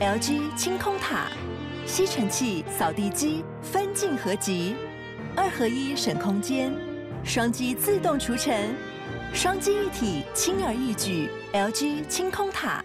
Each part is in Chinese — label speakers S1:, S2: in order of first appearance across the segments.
S1: LG 清空塔、吸尘器、扫地机分镜合集，二合一省空间，双击自动除尘，双击一体轻而易举。LG 清空塔。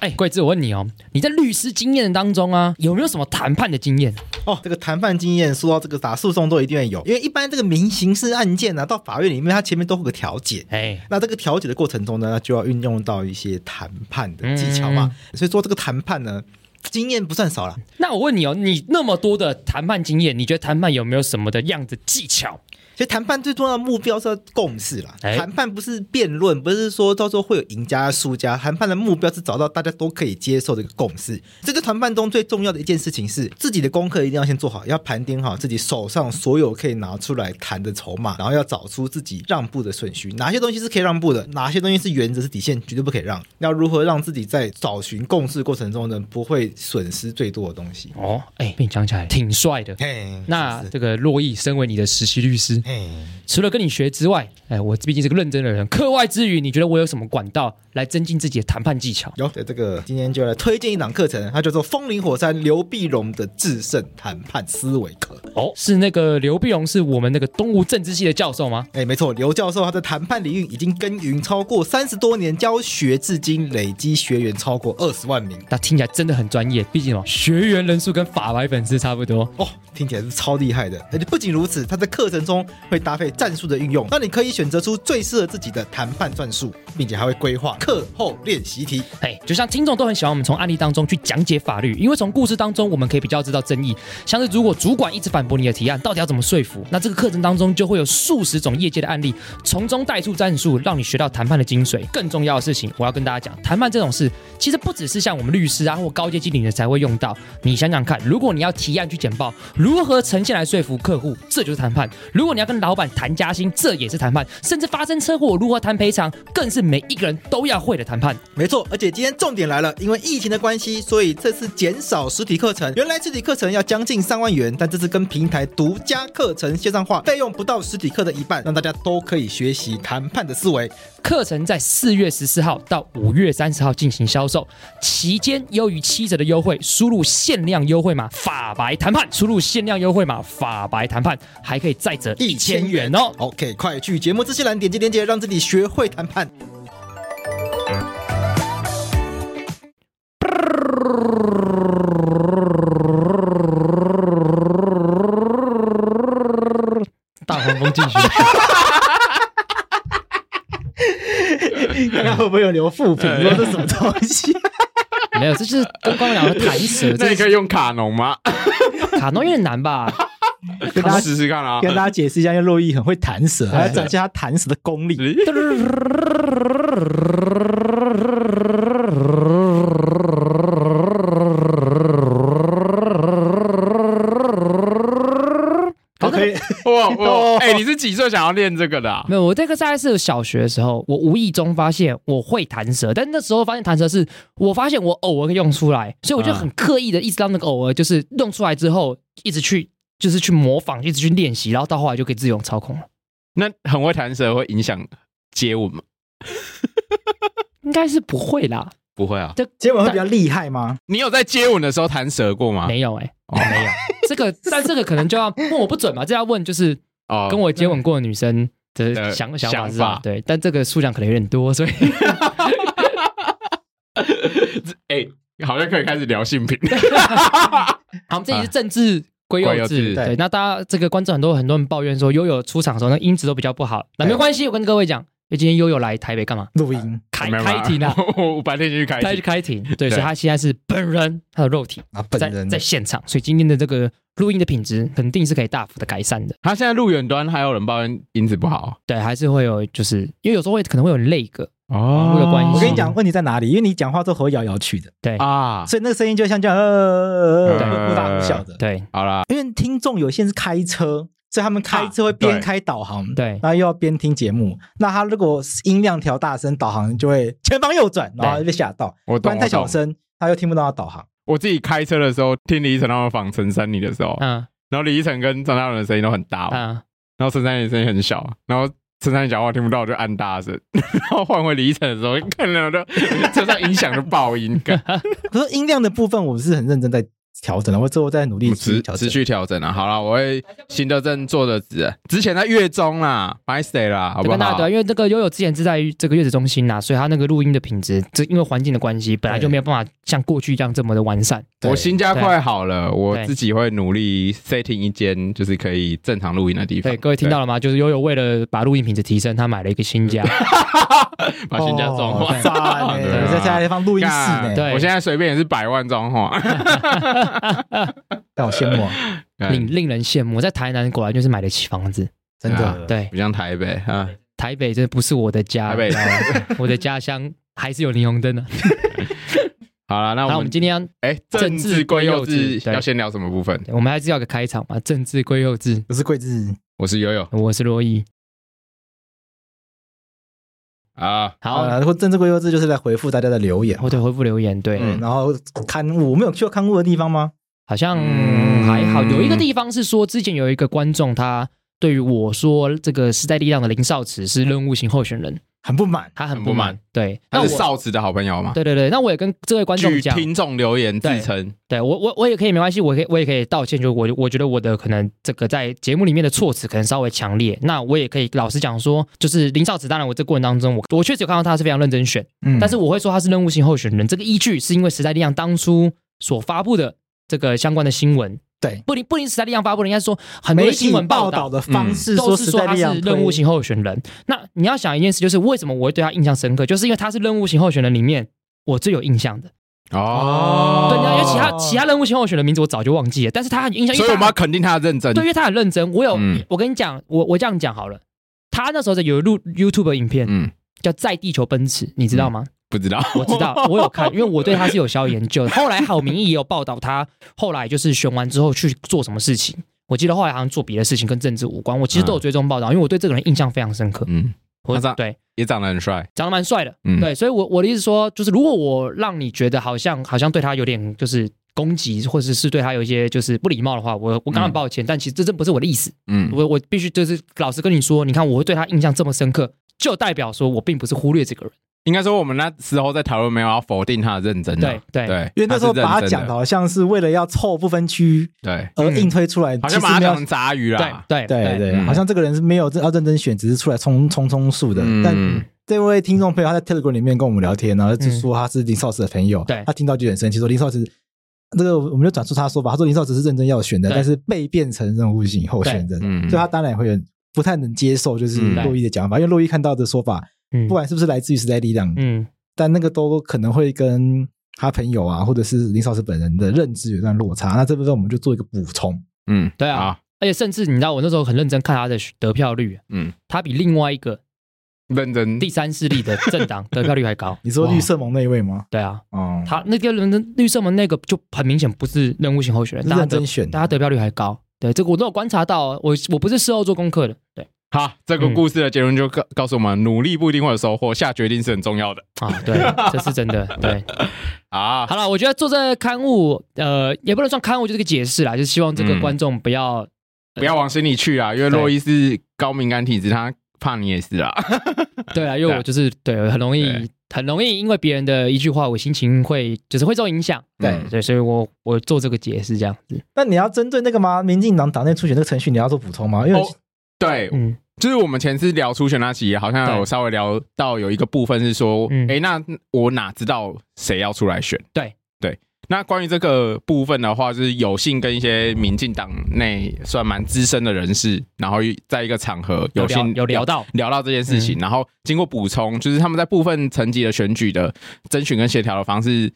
S2: 哎，桂枝，我问你哦，你在律师经验当中啊，有没有什么谈判的经验？
S3: 哦，这个谈判经验说到这个打诉讼都一定会有，因为一般这个民刑事案件啊呢、到法院里面，它前面都会有个调解。
S2: 哎，
S3: 那这个调解的过程中呢，那就要运用到一些谈判的技巧嘛。所以说这个谈判呢，经验不算少了。
S2: 那我问你哦，你那么多的谈判经验，你觉得谈判有没有什么的样子技巧？
S3: 其实谈判最重要的目标是要共识啦。
S2: 哎
S3: 谈判不是辩论，不是说到时候会有赢家输家。谈判的目标是找到大家都可以接受的一个共识。这个谈判中最重要的一件事情是，自己的功课一定要先做好，要盘点好自己手上所有可以拿出来谈的筹码，然后要找出自己让步的顺序，哪些东西是可以让步的，哪些东西是原则是底线，绝对不可以让。要如何让自己在找寻共识过程中呢，不会损失最多的东西？
S2: 哦，哎，被你讲起来挺帅的。
S3: 嘿，
S2: 那
S3: 是不是
S2: 这个洛毅，身为你的实习律师，
S3: 嘿，
S2: 除了跟你学之外，哎，我毕竟是个认真的人。课外之余，你觉得我有什么管道来增进自己的谈判技巧？
S3: 有，对这个今天就来推荐一档课程，它叫做《风林火山刘碧荣的制胜谈判思维课》。
S2: 哦，是那个刘碧荣，是我们那个东吴政治系的教授吗？
S3: 哎，没错，刘教授他在谈判领域已经耕耘超过三十多年，教学至今累积学员超过二十万名。
S2: 那听起来真的很专业，毕竟哦，学员人数跟法白粉丝差不多。
S3: 哦，听起来是超厉害的！而且不仅如此，他在课程中会搭配战术的运用，让你可以选择出最适合自己的谈判战术，并且还会规划课后练习题。
S2: 哎，就像听众都很喜欢我们从案例当中去讲解法律，因为从故事当中我们可以比较知道争议。像是如果主管一直反驳你的提案，到底要怎么说服？那这个课程当中就会有数十种业界的案例，从中带出战术，让你学到谈判的精髓。更重要的事情，我要跟大家讲，谈判这种事其实不只是像我们律师啊或高阶经理人才会用到。你想想看，如果你要提案去简报，如何呈现来说服客户，这就是谈判；如果你要跟老板谈加薪，这也是谈判；甚至发生车祸如何谈赔偿，更是每一个人都要会的谈判。
S3: 没错，而且今天重点来了，因为疫情的关系，所以这次减少实体课程。原来实体课程要将近三万元，但这次跟平台独家课程线上化，费用不到实体课的一半，让大家都可以学习谈判的思 维。
S2: 课程在四月十四号到五月三十号进行销售，期间优于七折的优惠，输入限量优惠码“法白谈判”，输入限量优惠码“法白谈判”，还可以再折一千元哦。
S3: OK，快去节目资讯栏点击链接，让自己学会谈判。
S2: 大黄蜂进去，
S3: 刚刚会不会有留副 评？说这什么东西？
S2: 没有，这就是跟刚刚讲的弹 舌，
S4: 那
S2: 这
S4: 你可以用卡农 吗？
S2: 卡农有点难吧？
S4: 跟大家试试看 啊！
S5: 跟大家解释一下，因为洛伊很会弹舌，还要展现他弹舌的功力。
S2: OK，
S4: 哇哇！哎，你是几岁想要练这个的啊？
S2: 没有，我这个大概是小学的时候，我无意中发现我会弹舌，但那时候发现弹舌是我发现我偶尔可以用出来，所以
S4: 嗯
S2: 我就很刻意的一直到那个偶尔，就是用出来之后，一直去就是去模仿，一直去练习，然后到后来就可以自由操控了。
S4: 那很会弹舌会影响接吻吗？
S2: 应该是不会啦，
S4: 不会啊。
S2: 这
S5: 结果会比较厉害吗？
S4: 你有在接吻的时候弹舌过吗？
S2: 没有哎、
S4: 哦，没有。
S2: 这 个但这个可能就要问我不准嘛，这要问就是
S4: 哦，
S2: 跟我接吻过的女生的
S4: 呃
S2: 想想法是
S4: 想
S2: 吧
S4: 法？
S2: 对，但这个数量可能有点多，所以
S4: 哎，好像可以开始聊性品。
S2: 好，我啊们这里是政治归
S4: 啊归
S2: 幼
S4: 幼
S2: 稚，
S4: 稚
S2: 对。那大家这个观众很多很多人抱怨说，悠悠出场的时候那音质都比较不好，那没关系，我跟各位讲，因为今天悠悠来台北干嘛？
S5: 录音
S2: 开
S4: 没有
S2: 开庭啊，！
S4: 我我白天就去开
S2: 他去
S4: 庭。
S2: 开庭，对，所以他现在是本人，他的肉体
S3: 啊，
S2: 在
S3: 本人
S2: 在现场，所以今天的这个录音的品质肯定是可以大幅的改善的。
S4: 他现在录远端还有人抱怨音质不好
S2: 对，还是会有，就是因为有时候会可能会有泪个，
S4: 哦
S2: 有关系
S5: 我跟你讲，问题在哪里？因为你讲话都和摇摇去的，
S2: 对
S4: 啊。
S5: 所以那个声音就像这样，呃，忽大忽小的。
S2: 对
S4: 好啦，
S5: 因为听众有些是开车，所以他们开车会边开导航，
S2: 对
S5: 然后又要边听节目。那他如果音量调大声，导航就会 前方右转，然后就被吓到；
S4: 我
S5: 不
S4: 懂
S5: 然太小声，他又听不到他导航。
S4: 我自己开车的时候听李依晨他们访陈珊妮的时候，
S2: 嗯
S4: 然后李依晨跟张大伦的声音都很大哦，
S2: 嗯，
S4: 然后陈珊妮的声音很小，然后陈珊讲话听不到，我就按大声， 然后换回李依晨的时候， 看到就车上音响的爆音，干
S3: 可是音量的部分我是很认真在调整的，我之后再努力去
S4: 持
S3: 调整
S4: 持。续调整啊。好了，我会新的证做的值，之前在月中啦 m y s day 啦，好
S2: 对
S4: 不
S2: 跟大家
S4: 好
S2: 对啊，？因为这个悠悠之前是在这个月子中心呐、所以他那个录音的品质，这因为环境的关系，本来就没有办法像过去一样这么的完善。
S3: 对
S4: 我新家快好了，我
S2: 啊对
S4: 自己会努力 setting 一间就是可以正常录音的地方。
S2: 对，各位听到了吗？就是悠悠为了把录音品质提升，他买了一个新 家。
S4: 对，把新家装
S3: 哦
S4: 潢。
S3: 赞欸
S4: 对啊
S3: 在家里放录音室呢，
S4: 干
S2: 对
S4: 我现在随便也是百万装潢，嗯
S3: 让我羡慕啊，
S4: 干
S2: 令令人羡慕。在台南果然就是买得起房子，
S3: 真
S4: 啊
S3: 的。
S2: 对，
S4: 不像台北啊，
S2: 台北真的不是我的家，
S4: 台北。哦
S2: 我的家乡还是有霓虹灯的。
S4: 好了，那
S2: 那
S4: 我
S2: 我
S4: 们
S2: 们今天
S4: 哎，
S2: 政
S4: 政
S2: 治
S4: 治
S2: 归
S4: 归
S2: 幼
S4: 幼
S2: 稚
S4: 稚
S2: 对
S4: 要先聊什么部分？
S2: 我们还是要个开场嘛，政治归幼稚。
S3: 我是桂枝，
S4: 我是悠悠
S2: 我是罗毅，
S4: 啊，
S2: 好，
S5: 呃
S3: 啊，然后政治归幼稚就是在回复大家的留言，
S2: 我对回复留言，对，
S4: 嗯
S3: 然后刊物，我们有去过刊物的地方吗？
S2: 好像
S4: 嗯
S2: 还好。有一个地方是说，之前有一个观众他。对于我说这个时代力量的林少慈是任务型候选人，
S3: 很不满，
S2: 他很
S4: 很
S2: 不
S4: 不
S2: 满
S4: 满。
S2: 对，那
S4: 他
S2: 我
S4: 是少子的好朋友嘛？
S2: 对对对，那我也跟这位观众
S4: 据
S2: 讲，
S4: 听众留言自称，
S2: 对我我我也可以没关系，我可以我也可以道歉，就我我觉得我的可能这个在节目里面的措辞可能稍微强烈，那我也可以老实讲说，就是林少子，当然我这过程当中，我我确实有看到他是非常认真选，
S3: 嗯
S2: 但是我会说他是任务型候选人，这个依据是因为时代力量当初所发布的这个相关的新闻，
S3: 对
S2: 不仅不仅时代力量发布的，应该说很多
S3: 媒
S2: 新
S3: 体
S2: 闻
S3: 报
S2: 道嗯
S3: 道。的方式
S2: 都
S3: 说
S2: 是
S3: 时
S2: 说
S3: 代
S2: 他
S3: 力
S2: 是
S3: 量
S2: 任务型候选人，那你要想一件事，就是为什么我会对他印象深刻，就是因为他是任务型候选人里面我最有印象的。
S4: 哦
S2: 对，那因为其
S3: 其
S2: 他其他任务型候选的名字我早就忘记了，但是他很印象，因为
S4: 所以我
S2: 他
S4: 们要肯定他的认真
S2: 对，。因为他很认真。我有，
S4: 嗯
S2: 我跟你讲，我我这样讲好了，他那时候在有录 YouTube 影片、
S4: 嗯，
S2: 叫《在地球奔驰》，你知道吗？
S4: 不知道，
S2: 我知道，我有看，因为我对他是有小研究的。后来郝明义也有报道他，后来就是选完之后去做什么事情。我记得后来好像做别的事情跟政治无关，我其实都有追踪报道，因为我对这个人印象非常深刻。
S4: 嗯，
S2: 我
S4: 那这样
S2: 对
S4: 也长得很帅，
S2: 长得蛮帅的，
S4: 嗯
S2: 对，所以我我的意思说，就是如果我让你觉得好像好像对他有点就是攻击，或者是对他有一些就是不礼貌的话，我我刚很
S4: 嗯
S2: 抱歉，但其实这真不是我的意思，
S4: 嗯，
S2: 我我必须就是老实跟你说，你看我会对他印象这么深刻，就代表说我并不是忽略这个人，
S4: 应该说我们那时候在讨论没有要否定他的认真啊，
S2: 对对
S4: 对，
S3: 因为那时候把
S4: 他
S3: 它
S4: 是认真
S3: 讲
S4: 的
S3: 的好像是为了要凑不分区
S4: 对，
S3: 而硬推出来，
S4: 嗯好
S3: 其实
S4: 像把他
S3: 没有
S4: 讲成杂鱼啦，
S2: 对
S3: 对对，
S4: 嗯
S3: 好像这个人是没有要认真选，只是出来冲冲冲数的。
S4: 嗯
S3: 但这位听众朋友他在 Telegram 里面跟我们聊天，然后就说他是林少慈的朋友，
S2: 对
S3: 他听到就很生气，说林少慈。这个我们就转述他说吧，他说林少慈是认真要选的，
S2: 对
S3: 但是被变成任务型候选人，
S4: 嗯
S3: 所以他当然会很不太能接受，就是
S4: 嗯
S3: 洛伊的讲法，因为洛伊看到的说法，
S2: 嗯，
S3: 不管是不是来自于时代力量，
S2: 嗯
S3: 但那个都可能会跟他朋友啊，或者是林少慈本人的认知有一段落差。那这部分我们就做一个补充，
S4: 嗯，
S2: 对啊
S4: 好，
S2: 而且甚至你知道我那时候很认真看他的得票率，
S4: 嗯，
S2: 他比另外一个
S4: 认真
S2: 第三势力的政党 得票率还高，
S3: 你说绿色盟那一位吗？
S2: 对啊，
S3: 哦，
S2: 他那个人绿色盟那个就很明显不是任务型候选人，
S3: 是
S2: 大家
S3: 认
S2: 得
S3: 真选的
S2: 大家得票率还高。对，这个我都有观察到哦，我我不是事后做功课的。对
S4: 好，这个
S2: 嗯
S4: 故事的结论就告告诉我们，努力不一定会有收获，下决定是很重要的
S2: 啊，对，这是真的。对，
S4: 啊。
S2: 好了，我觉得做这个刊物，呃，也不能算刊物，就是个解释啦，就是希望这个
S4: 嗯
S2: 观众不要，
S4: 不要往心里去啊，因为
S2: 对
S4: 洛伊是高敏感体质，他怕你也是啊。
S2: 对啊，因为我就是对，很容易
S4: 对
S2: 很容易因为别人的一句话，我心情会就是会受影响。嗯
S3: 对
S2: 对，所以我我做这个解释这样子。
S3: 那你要针对那个吗？民进党党内初选那个程序，你要做补充吗？因为、
S4: 哦对，
S2: 嗯，
S4: 就是我们前次聊初选那期，好像有
S2: 对
S4: 稍微聊到有一个部分是说，
S2: 嗯
S4: 诶，那我哪知道谁要出来选？
S2: 对
S4: 对。那关于这个部分的话，就是有幸跟一些民进党内算蛮资深的人士，然后在一个场合
S2: 有
S4: 有
S2: 聊
S4: 幸
S2: 有聊到，嗯
S4: 聊到这件事情，然后经过补充，就是他们在部分层级的选举的征询跟协调的方式，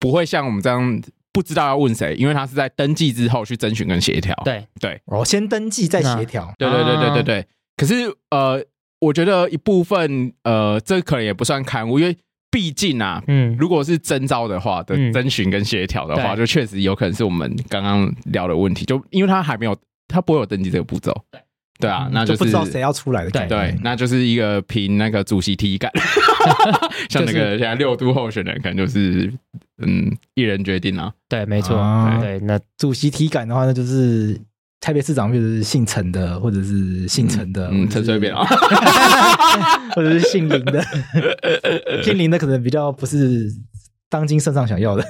S4: 不会像我们这样不知道要问谁，因为他是在登记之后去征询跟协调。
S2: 对，
S3: 哦，先登记再协调，
S4: 对对对对
S3: 啊
S4: 对对。可是呃，我觉得一部分呃，这可能也不算刊物，因为毕竟啊。
S2: 嗯，
S4: 如果是征招的话的
S2: 嗯
S4: 征询跟协调的
S2: 对
S4: 话，就确实有可能是我们刚刚聊的问题，就因为他还没有，他不会有登记这个步骤，对对啊
S3: 嗯，
S4: 那
S3: 就是不知道谁要出来的
S2: 对
S3: 感觉。
S4: 对，那就是一个凭那个主席 体感，像那个现在六都候选人，可能就是嗯一人决定啊。
S2: 对，没错，
S3: 啊
S2: 对，那
S3: 主席体感的话，那就是台北市长，比如是姓陈的，或者是姓陈的，
S4: 嗯，
S3: 或者是
S4: 陈水扁啊，
S3: 或者是姓林的， 姓林的可能比较不是当今圣上想要的。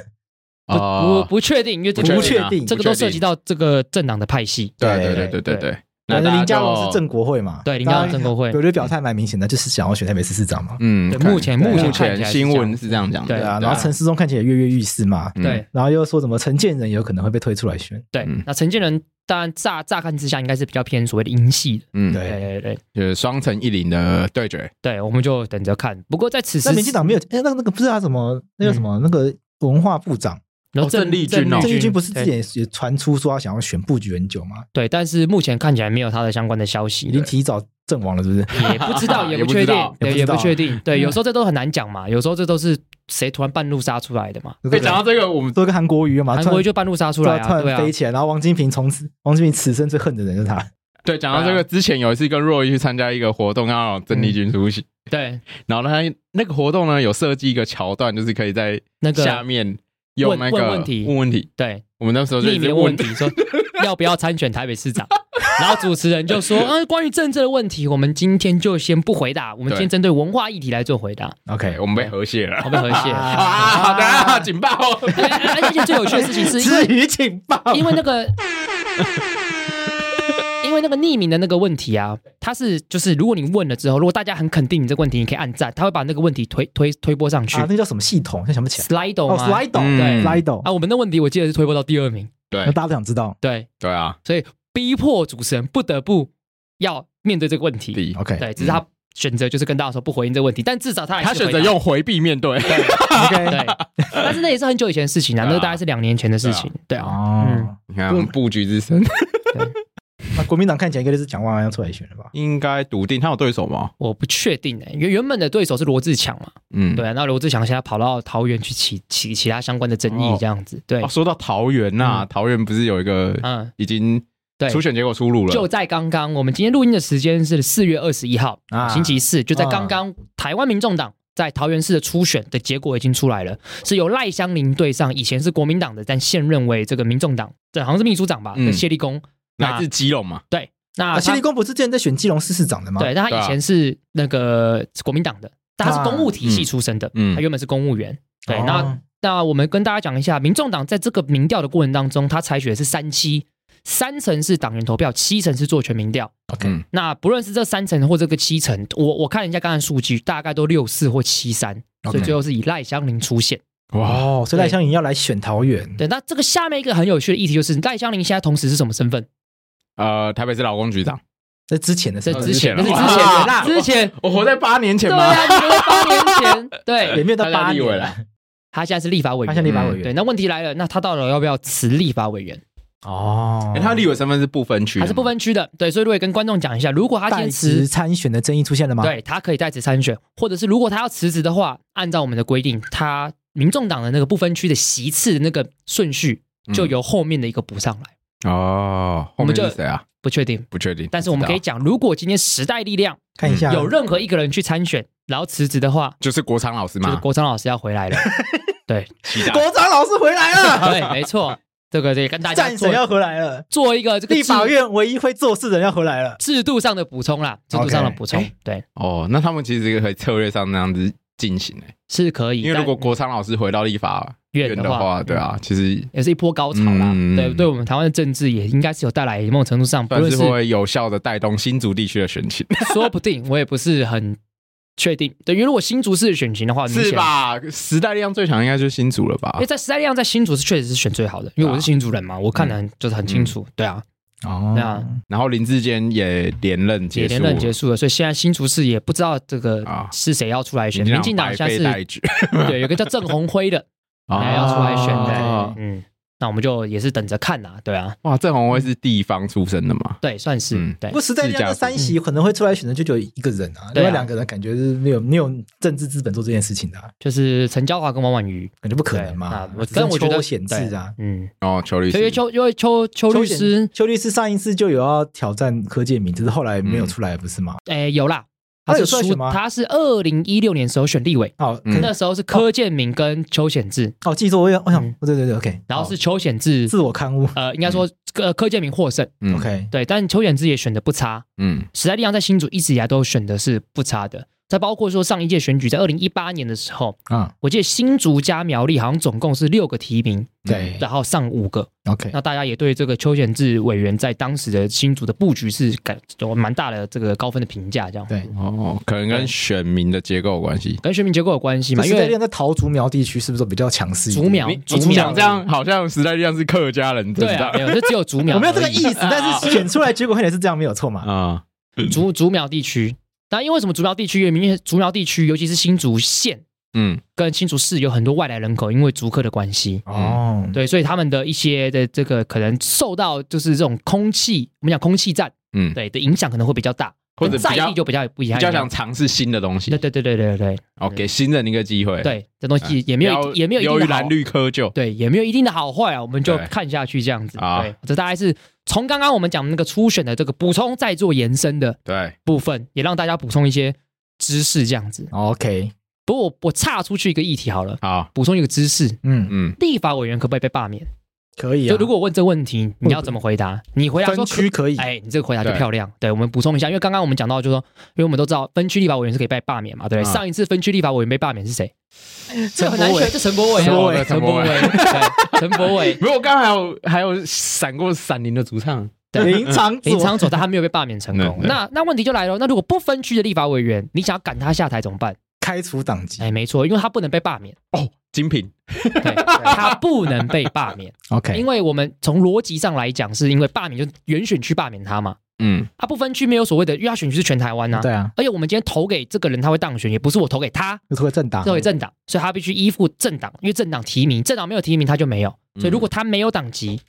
S2: 不不
S4: 哦，
S2: 不确定，因为这
S4: 不
S2: 个
S4: 确
S3: 确
S4: 定啊
S3: 定
S2: 这个都涉及到这个政党的派系。
S4: 对
S3: 对
S4: 对对对对对， 那
S3: 反正
S4: 大
S3: 林
S4: 家
S3: 佳龙
S4: 就是
S3: 正国会嘛，
S2: 对林佳龙
S3: 大家
S2: 正国会
S3: 我觉得表态蛮明显的，就是想要选台北市市长嘛。
S4: 嗯
S2: 对，
S4: 看
S2: 目前目
S4: 目
S2: 前看起
S4: 前
S2: 来是
S4: 新
S2: 这样
S4: 闻是这样讲的，
S2: 对
S3: 对啊，
S4: 对
S3: 然后陈世忠看起来也跃跃欲试嘛，
S4: 嗯
S2: 对
S3: 然后又说什么陈建仁有可能会被推出来选，
S2: 对
S4: 嗯，
S2: 那陈建仁当然乍乍看之下应该是比较偏所谓的英系的。
S4: 嗯，
S2: 对
S3: 对。
S2: 对对
S4: 就是双城一林的对决，
S2: 对，我们就等着看。不过在此时，
S3: 那民进党没有，哎，那个那个不是嗯他什么那个什么那个文化部长
S2: 然后
S4: 哦郑丽君哦
S3: 郑丽君不是之
S2: 对
S3: 前也也传出说他想要选布局很久嘛，
S2: 对，但是目前看起来没有他的相关的消息，
S3: 已经提早阵亡了，是不是？
S2: 也不知 道，
S4: 也
S2: 也不
S4: 不
S2: 确
S4: 知
S2: 定
S4: 道，
S2: 对，也
S3: 也不知
S2: 不
S3: 道
S2: 确 定，对，有时候这都很难讲嘛，有时候这都是谁突然半路杀出来的嘛，
S4: 被讲到这个，我们
S3: 说一个韩国瑜嘛，
S2: 韩
S3: 啊突
S2: 国
S3: 然
S2: 瑜就半路杀出
S3: 突
S2: 来
S3: 然
S2: 啊，
S3: 突
S2: 对
S3: 然
S2: 啊，
S3: 飞起来，然后王金平从此王金平此生最恨的人就是他，
S4: 对讲到这
S2: 对
S4: 个
S2: 啊
S4: 之前有一次跟若依去参加一个活动，刚好郑丽君出
S2: 嗯
S4: 席，
S2: 对，
S4: 然后他那个活动呢有设计一个桥段，就是可以在
S2: 那个
S4: 下面用
S2: 问
S4: 那个
S2: 问问题
S4: 问问题。
S2: 对，
S4: 我们那时候就一
S2: 匿
S4: 直
S2: 名
S4: 问
S2: 问题，说要不要参选台北市长，然后主持人就说，嗯，关于政治的问题，我们今天就先不回答，我们
S4: 对
S2: 今天针对文化议题来做回答，
S3: OK，
S4: 哎我们被和谐了
S2: 好，被和谐。
S4: 啊！好的 啊，警 报！
S2: 哎哎而且最有趣的事 情是因
S3: 至
S2: 为
S3: 于警 报，啊
S2: 因为那个，因为那个匿名的那个问题啊，它是就是如果你问了之后，如果大家很肯定你这个问题，你可以按赞，他会把那个问题推推推播上去。
S3: 啊，那叫什么系统？现在想不起来。
S2: Slido
S3: 哦
S2: 吗、
S3: ，Slido，
S4: 嗯
S3: 对，Slido，
S2: 啊啊，我们的问题我记得是推播到第二名，
S4: 对
S3: 那大家都想知道。
S2: 对，
S4: 对 啊，
S2: 所以逼迫主持人不得不要面对这个问题。
S4: 第一，
S3: OK，
S2: 对，只是他选择就是跟大家说不回应这个问题，但至少他还
S4: 哎嗯他
S2: 是
S4: 选
S2: 回
S4: 择
S2: 答。
S4: 用回避面对。
S3: ，OK，
S2: 对，但是那也是很久以前的事情啊，
S4: 对啊
S2: 那大概是两年前的事情。对啊，
S3: 哦，
S4: 你看，我们布局之深，
S3: 那国民党看起来应该就是蒋万安要出来选了吧？
S4: 应该笃定他有对手吗？
S2: 我不确定诶、原原本的对手是罗志强嘛，
S4: 嗯，
S2: 对。啊，那罗志强现在跑到桃园去起起其他相关的争议，
S4: 哦
S2: 这样子，对
S4: 哦，，说到桃园呐，桃园不是有一个
S2: 嗯，
S4: 已经
S2: 对。
S4: 初选结果出炉了？
S2: 就在刚刚，我们今天录音的时间是四月二十一号，
S3: 啊
S2: 星期四，就在刚刚，
S4: 啊
S2: 台湾民众党在桃园市的初选的结果已经出来了，是由赖香林对上以前是国民党的，但现任为这个民众党，这好像是秘书长吧，
S4: 嗯
S2: 的谢立功。
S4: 来
S2: 那
S4: 自基隆嘛？
S2: 对，那
S3: 啊，谢
S2: 他
S3: 立功不是之前在选基隆市市长的吗？
S2: 对，但他
S4: 对啊
S2: 以前是那个国民党的，但他是公务体系出身的，
S4: 嗯
S2: 他原本是公务员。对，
S3: 哦
S2: 那那我们跟大家讲一下，民众党在这个民调的过程当中，他采取的是三七，三成是党员投票，七成是做全民调。
S3: ，OK，
S4: 嗯
S2: 那不论是这三层或这个七层，我我看了一下刚才数据，大概都六四或七三，所以
S3: OK
S2: 最后是以赖香林出现。
S4: 哇，
S3: 哦，所以赖香盈要来选桃园，
S2: 对，那这个下面一个很有趣的议题就是赖香林现在同时是什么身份？
S4: 呃，台北市劳工局长，哦
S3: 在之前的时
S2: 这
S3: 候
S2: 之前，
S4: 之前了
S2: 那是之前的，
S4: 哇
S2: 之前啊
S4: 我活在八年前
S2: 对
S4: 吗？
S2: 啊，你们八年前，
S3: 也
S2: 对，
S3: 没有到
S4: 他
S3: 八
S4: 在立委
S3: 年
S4: 了
S3: 啊，
S2: 他现在是立法委
S3: 他
S2: 员，
S3: 像立法委
S4: 嗯
S2: 对，
S3: 员
S2: 那问题来了，那他到了要不要辞立法委员？
S3: 哦
S4: 哎，他立委身份是不分区的吗，啊
S2: 还是不分区的？对，所以如果跟观众讲一下，如果他
S3: 啊代
S2: 坚持
S3: 职参选的争议出现了吗？，
S2: 对他可以代职参选，或者是如果他要辞职的话，按照我们的规定，他民众党的那个不分区的席次的那个顺序，
S3: 嗯
S2: 就由后面的一个补上来。
S4: 哦。
S2: 我
S4: 后
S2: 们
S4: 面
S2: 就是
S4: 谁啊？
S2: 不确定，
S4: 不确定，
S2: 但是我们可
S4: 不知道嗯
S2: 以讲，如果今天时代力量
S3: 看一下
S2: 有任何一个人去参选，然后辞职的话，
S4: 就是国昌老师
S2: 就是
S4: 嘛，
S2: 国昌老师要回 来了。对
S4: 期待
S3: 国长老师回来了，
S2: 对，没错，这个得跟大家
S3: 战
S2: 做
S3: 神要回来了，
S2: 做一个这个
S3: 立法
S2: 制
S3: 院唯一会做事的人要回来了。
S2: 制度上的补充啦，制度上的
S3: OK，
S2: 补充对。
S4: 哦。那他们其实可以策略上那样子进行诶，
S2: 是可以，
S4: 因为
S2: 但
S4: 如果国昌老师回到立法
S2: 院
S4: 院
S2: 的
S4: 的
S2: 话嗯
S4: 话，对啊，其实
S2: 也是一波高潮啦，
S4: 嗯
S2: 对，对我们台湾的政治也应该是有带来某种程度上，不
S4: 算
S2: 论
S4: 是
S2: 是
S4: 会有效的带动新竹地区的选情，
S2: 说不定，我也不是很确定。对，因为如果新竹市选情的话，
S4: 是？吧？时代力量最强应该就是新竹了吧
S2: 因为？在时代力量在新竹是确实是选最好的，因为我是新竹人
S4: 啊
S2: 嘛，我看
S4: 嗯
S2: 的就是很清楚。对啊，
S3: 哦
S2: 对啊，
S4: 然后林志坚也连任
S2: 也
S4: 结束
S2: 连，任结束了，所以现在新竹市也不知道这个
S4: 啊
S2: 是谁要出来选。民
S4: 民
S2: 进
S4: 进
S2: 党
S4: 党
S2: 现
S4: 百
S2: 在
S4: 废待
S2: 是
S4: 举
S2: 对有一个叫郑鸿辉的，
S4: 啊
S2: 哎要出来选的，嗯。那我们就也是等着看呐，对啊，
S4: 哦哇，郑鸿辉是地方出身的嘛？
S2: 对，算是
S4: 嗯
S2: 对
S3: 不过时代力量这三席可能会出来选的就只有一个人啊，
S2: 对啊
S3: 另外两个人感觉是没有没有政治资本做这件事情的啊，
S2: 就是陈娇华跟王婉瑜，
S3: 感觉不可能嘛
S2: 对那我。
S3: 只是
S2: 但我觉得
S3: 邱显智啊，
S2: 嗯，
S4: 哦，邱律
S2: 所以
S4: 师，
S2: 邱因为邱邱律师
S3: 邱律师上一次就有要挑战柯建明，只是后来没有出来，不是吗？
S2: 诶、有啦，
S3: 他
S2: 他是
S3: 有出来
S2: 输
S3: 选吗，
S2: 他是二零一六年时候选立委，
S3: 好，
S4: 嗯
S3: 可以
S2: 那时候是柯建明跟邱显志，
S3: 哦，记错，我想，我想
S2: 嗯，
S3: 对对对，OK，
S2: 然后
S3: 好
S2: 是邱显志，
S3: 自我刊物
S2: 呃，应该说呃柯建明获胜，
S4: 嗯
S3: ，OK，
S2: 对，但邱显志也选的不差，
S4: 嗯
S2: 时代力量在新竹一直以来都选的是不差的。再包括说上一届选举，在二零一八年的时候，
S3: 啊，
S2: 我记得新竹加苗栗好像总共是六个提名，
S3: 对
S2: 然后上五个。
S3: ，OK，
S2: 那大家也对这个邱显志委员在当时的新竹的布局是感有蛮大的这个高分的评价，这样
S3: 对，
S4: 哦，可能跟选民的结构有关系。
S2: 跟选民结构有关系嘛？
S3: 因
S2: 因
S3: 为
S2: 为
S3: 在在桃竹苗地区是不是都比较强势一点？
S2: 竹苗
S4: 你，
S2: 竹
S4: 你
S2: 苗
S4: 讲这样，好像时代力量是客家人，知
S2: 对
S4: 道
S2: 啊，没有，这只有竹苗而已，
S3: 我没有这个意 思，但是选出来结果看起来是这样，没有错嘛？
S4: 啊，
S2: 竹竹苗地区，那因为什么竹苗地区原因？因为竹苗地区，尤其是新竹县
S4: 嗯
S2: 跟新竹市有很多外来人口，因为竹客的关系，
S3: 哦，
S2: 嗯对，所以他们的一些的这个可能受到就是这种空气，我们讲空气战
S4: 嗯，
S2: 对的影响可能会比较大，
S4: 或者
S2: 跟在
S4: 比较
S2: 地就比较不一
S4: 比
S2: 样，
S4: 较想尝试新的东西
S2: 对，对对对对对
S4: 哦，给新人一个机会，
S2: 对，
S4: 啊
S2: 对，这东西也没
S4: 不
S2: 有
S4: 要
S2: 也没有一
S4: 由
S2: 定
S4: 于
S2: 的好
S4: 蓝绿科就
S2: 对，也没有一定的好坏啊，我们就
S4: 对
S2: 看下去这样子。
S4: 啊
S2: 对，这大概是从刚刚我们讲那个初选的这个补充，再做延伸的
S4: 对，
S2: 部分，也让大家补充一些知识这样子。
S3: ，OK，
S2: 不过我我岔出去一个议题好了，
S4: 好，
S2: 补充一个知识：
S3: 嗯，
S4: 嗯，
S2: 立法委员可不可以被罢免？
S3: 可以啊。
S2: 就如果我问这个问题，你要怎么回答？你回答说
S3: 分区可以，
S2: 哎，你这个回答就
S4: 对
S2: 漂亮。对，我们补充一下，因为刚刚我们讲到，就是说，因为我们都知道分区立法委员是可以被罢免嘛，对不对？
S4: 嗯
S2: 上一次分区立法委员被罢免是谁？这 很难
S3: 柏伟
S2: 选，这陈柏伟啊，
S4: 陈柏伟
S2: 陈柏伟，对，陈柏伟，
S4: 没有，我刚才还有还有闪过闪灵的主唱，
S2: 对
S3: 林长佐
S2: 林长佐，但他没有被罢免成功。
S4: 对对
S2: 那那问题就来了，那如果不分区的立法委员，你想要赶他下台怎么办？
S3: 开除党籍
S2: 哎，没错，因为他不能被罢免，
S4: 哦，精品，
S2: 对，他不能被罢免，因
S3: ，OK，
S2: 为我们从逻辑上来讲，是因为罢免就是原选区罢免他嘛，
S4: 嗯
S2: 他啊不分区没有所谓的，因为他选区是全台湾呐、
S3: 对啊，
S2: 而且我们今天投给这个人，他会当选，也不是我投给他，
S3: 就推政党，
S2: 投给政党，所以他必须依附政党，因为政党提名，政党没有提名他就没有，所以如果他没有党籍，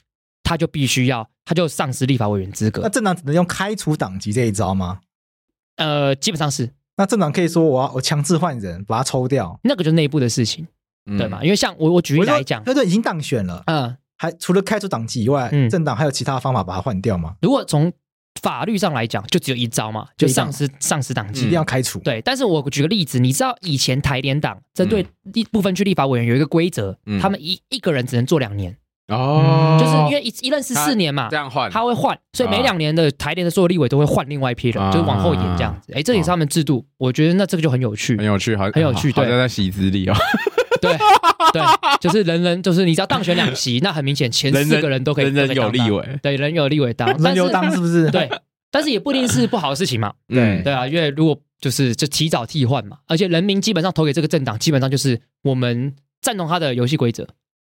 S2: 他就必须要，他就丧失立法委员资
S3: 那
S2: 格。
S3: 政党只能用开除党籍这一招吗？
S2: 呃，基本上是
S3: 那政党可以说我要我强制换人，把他抽掉，
S2: 那个就是内部的事情，
S4: 嗯
S2: 对嘛？？因为像我我举例
S3: 我说呃
S2: 来讲，
S3: 对对，已经当选了，
S2: 嗯，
S3: 还除了开除党籍以外
S2: 嗯，
S3: 政党还有其他方法把他换掉吗？
S2: 如果从法律上来讲，就只有一招嘛，就
S3: 就一嗯
S2: 丧
S3: 张
S2: 失丧失党
S3: 一
S2: 籍。
S3: 定要开除，
S2: 嗯对，但是我举个例子，你知道以前台联党针对一部分区立法委员有一个规则，
S4: 嗯
S2: 他们一一个人只能做两年，
S4: 哦，
S2: 就是因为一一任是四年嘛
S4: 这，样换，
S2: 他会换，所以每
S4: 啊
S2: 两年的台联的所有立委都会换另外一批人，
S4: 啊
S2: 就是往后延这样子。哎，这也是他们制度，我觉得那这个就很有趣
S4: 很。有趣，好
S2: 很有趣
S4: 好
S2: 对
S4: 像在洗资历哦，
S2: 对对，就是人人就是你只要当选两席，那很明显前
S4: 人
S2: 四
S4: 人
S2: 个人都可以
S4: 人人
S2: 都可以
S4: 有
S2: 当
S4: 立委，
S2: 对人有立委当，
S3: 轮
S2: 但
S3: 流
S2: 是
S3: 当是不是？
S2: 对，但是也不一定是不好的事情嘛。
S4: 嗯
S2: 对啊，因为如果就是就提早替换嘛，而且人民基本上投给这个政党，基本上就是我们赞同他的游戏规则。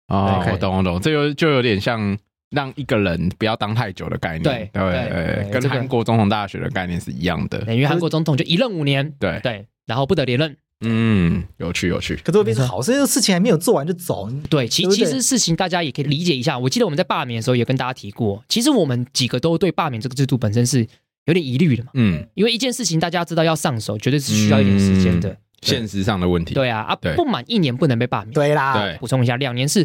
S4: 哦，
S3: 对
S4: 我懂我懂，这就就有点像让一个人不要当太久的概念，
S2: 对
S4: 对
S2: 对对这
S4: 跟
S2: 个
S4: 韩国总统大选的概念是一样的，
S2: 等于韩国总统就一任五年，
S4: 对，
S2: 对，然后不得连任。
S4: 嗯，有趣有趣，
S3: 可是会变成好事，这个事情还没有做完就走，
S2: 对，其
S3: 对不
S2: 其
S3: 对
S2: 实事情大家也可以理解一下。我记得我们在罢免的时候也跟大家提过，其实我们几个都对罢免这个制度本身是有点疑虑的嘛，
S4: 嗯，
S2: 因为一件事情大家知道要上手，绝对是需要一点时间的。
S4: 嗯现实上的问题，
S2: 对啊，啊，
S4: 对
S2: 不满一年不能被罢免。
S3: 对啦，
S4: 对
S2: 补充一下，两年是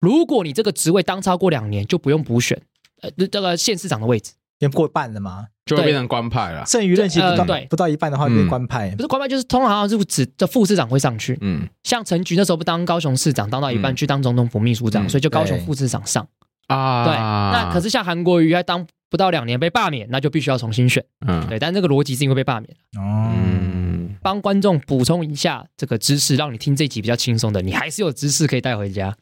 S2: 如果你这个职位当超过两年，就不用补选，呃，这这个县市长的位置。
S3: 因为过半了嘛，
S4: 就会变成官派了，
S3: 剩余任期不
S2: 呃
S3: 到
S2: 对
S3: 不到一半的话就
S4: 嗯
S3: 变官派
S2: 不，是官派，就是通常好像是指这副市长会上去，
S4: 嗯
S2: 像陈菊那时候不当高雄市长，当到一半
S4: 嗯
S2: 去当总统府秘书长，
S4: 嗯
S2: 所以就高雄
S3: 对
S2: 副市长上。
S4: 啊，
S2: 对，那可是像韩国瑜他当不到两年被罢免，那就必须要重新选。
S4: 嗯
S2: 对，但这个逻辑是因为被罢免。
S3: 哦，
S4: 嗯，
S2: 帮观众补充一下这个知识，让你听这集比较轻松的，你还是有知识可以带回家。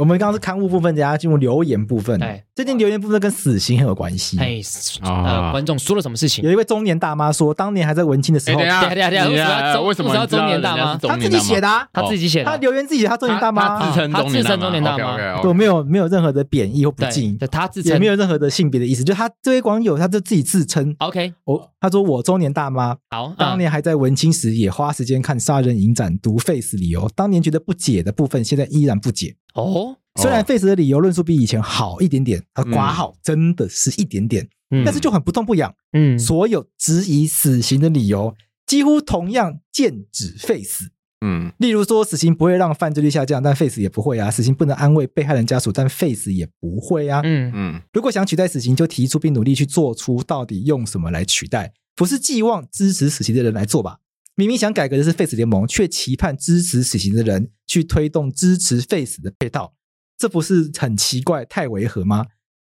S3: 我们刚刚是刊物部分，等一下进入留言部分
S2: 哎。
S3: 最近留言部分跟死刑很有关系。
S2: 哎，
S4: 啊
S2: 呃，观众说了什么事情？
S3: 嗯有一位中年大妈说，当年还在文青的时
S4: 哎，
S3: 候
S4: 等一，下
S2: 等一下等一下
S4: 你
S2: 为什么要中为什么
S4: 为什么
S2: 要
S4: 你知道
S2: 中年大妈
S4: 人家是中
S3: 她自
S4: 年
S3: 己
S4: 大妈
S3: 写的啊，
S2: 他自己写的，
S3: 她留言自己写她中年大妈
S4: 他
S3: 啊
S4: 自，称
S2: 他
S4: 中年
S2: 自称中年大妈
S4: 哦
S3: 我没有没有任何的贬义或不
S2: 对
S3: 敬，
S2: 对，他自
S3: 也
S2: 称
S3: 没有任何的性别的意思，就她这位网友，她就自己自称
S2: OK，
S3: 我，她说我中年大妈，
S2: 好，嗯
S3: 当年还在文青时也花时间看杀人影展，读 face 理由，当年觉得不解的部分，现在依然不解。
S2: 哦，
S3: 虽然 face 的理由论述比以前好一点点，啊，挂号真的是一点点，
S2: 嗯
S3: 但是就很不痛不痒。
S2: 嗯
S3: 所有质疑死刑的理由，几乎同样剑指 face。
S4: 嗯
S3: 例如说，死刑不会让犯罪率下降，但 face 也不会啊；死刑不能安慰被害人家属，但 face 也不会啊。
S2: 嗯
S4: 嗯
S3: 如果想取代死刑，就提出并努力去做出到底用什么来取代。不是寄望支持死刑的人来做吧？明明想改革的是 Face 联盟，却期盼支持死刑的人去推动支持 Face 的配套，这不是很奇怪、太违和吗？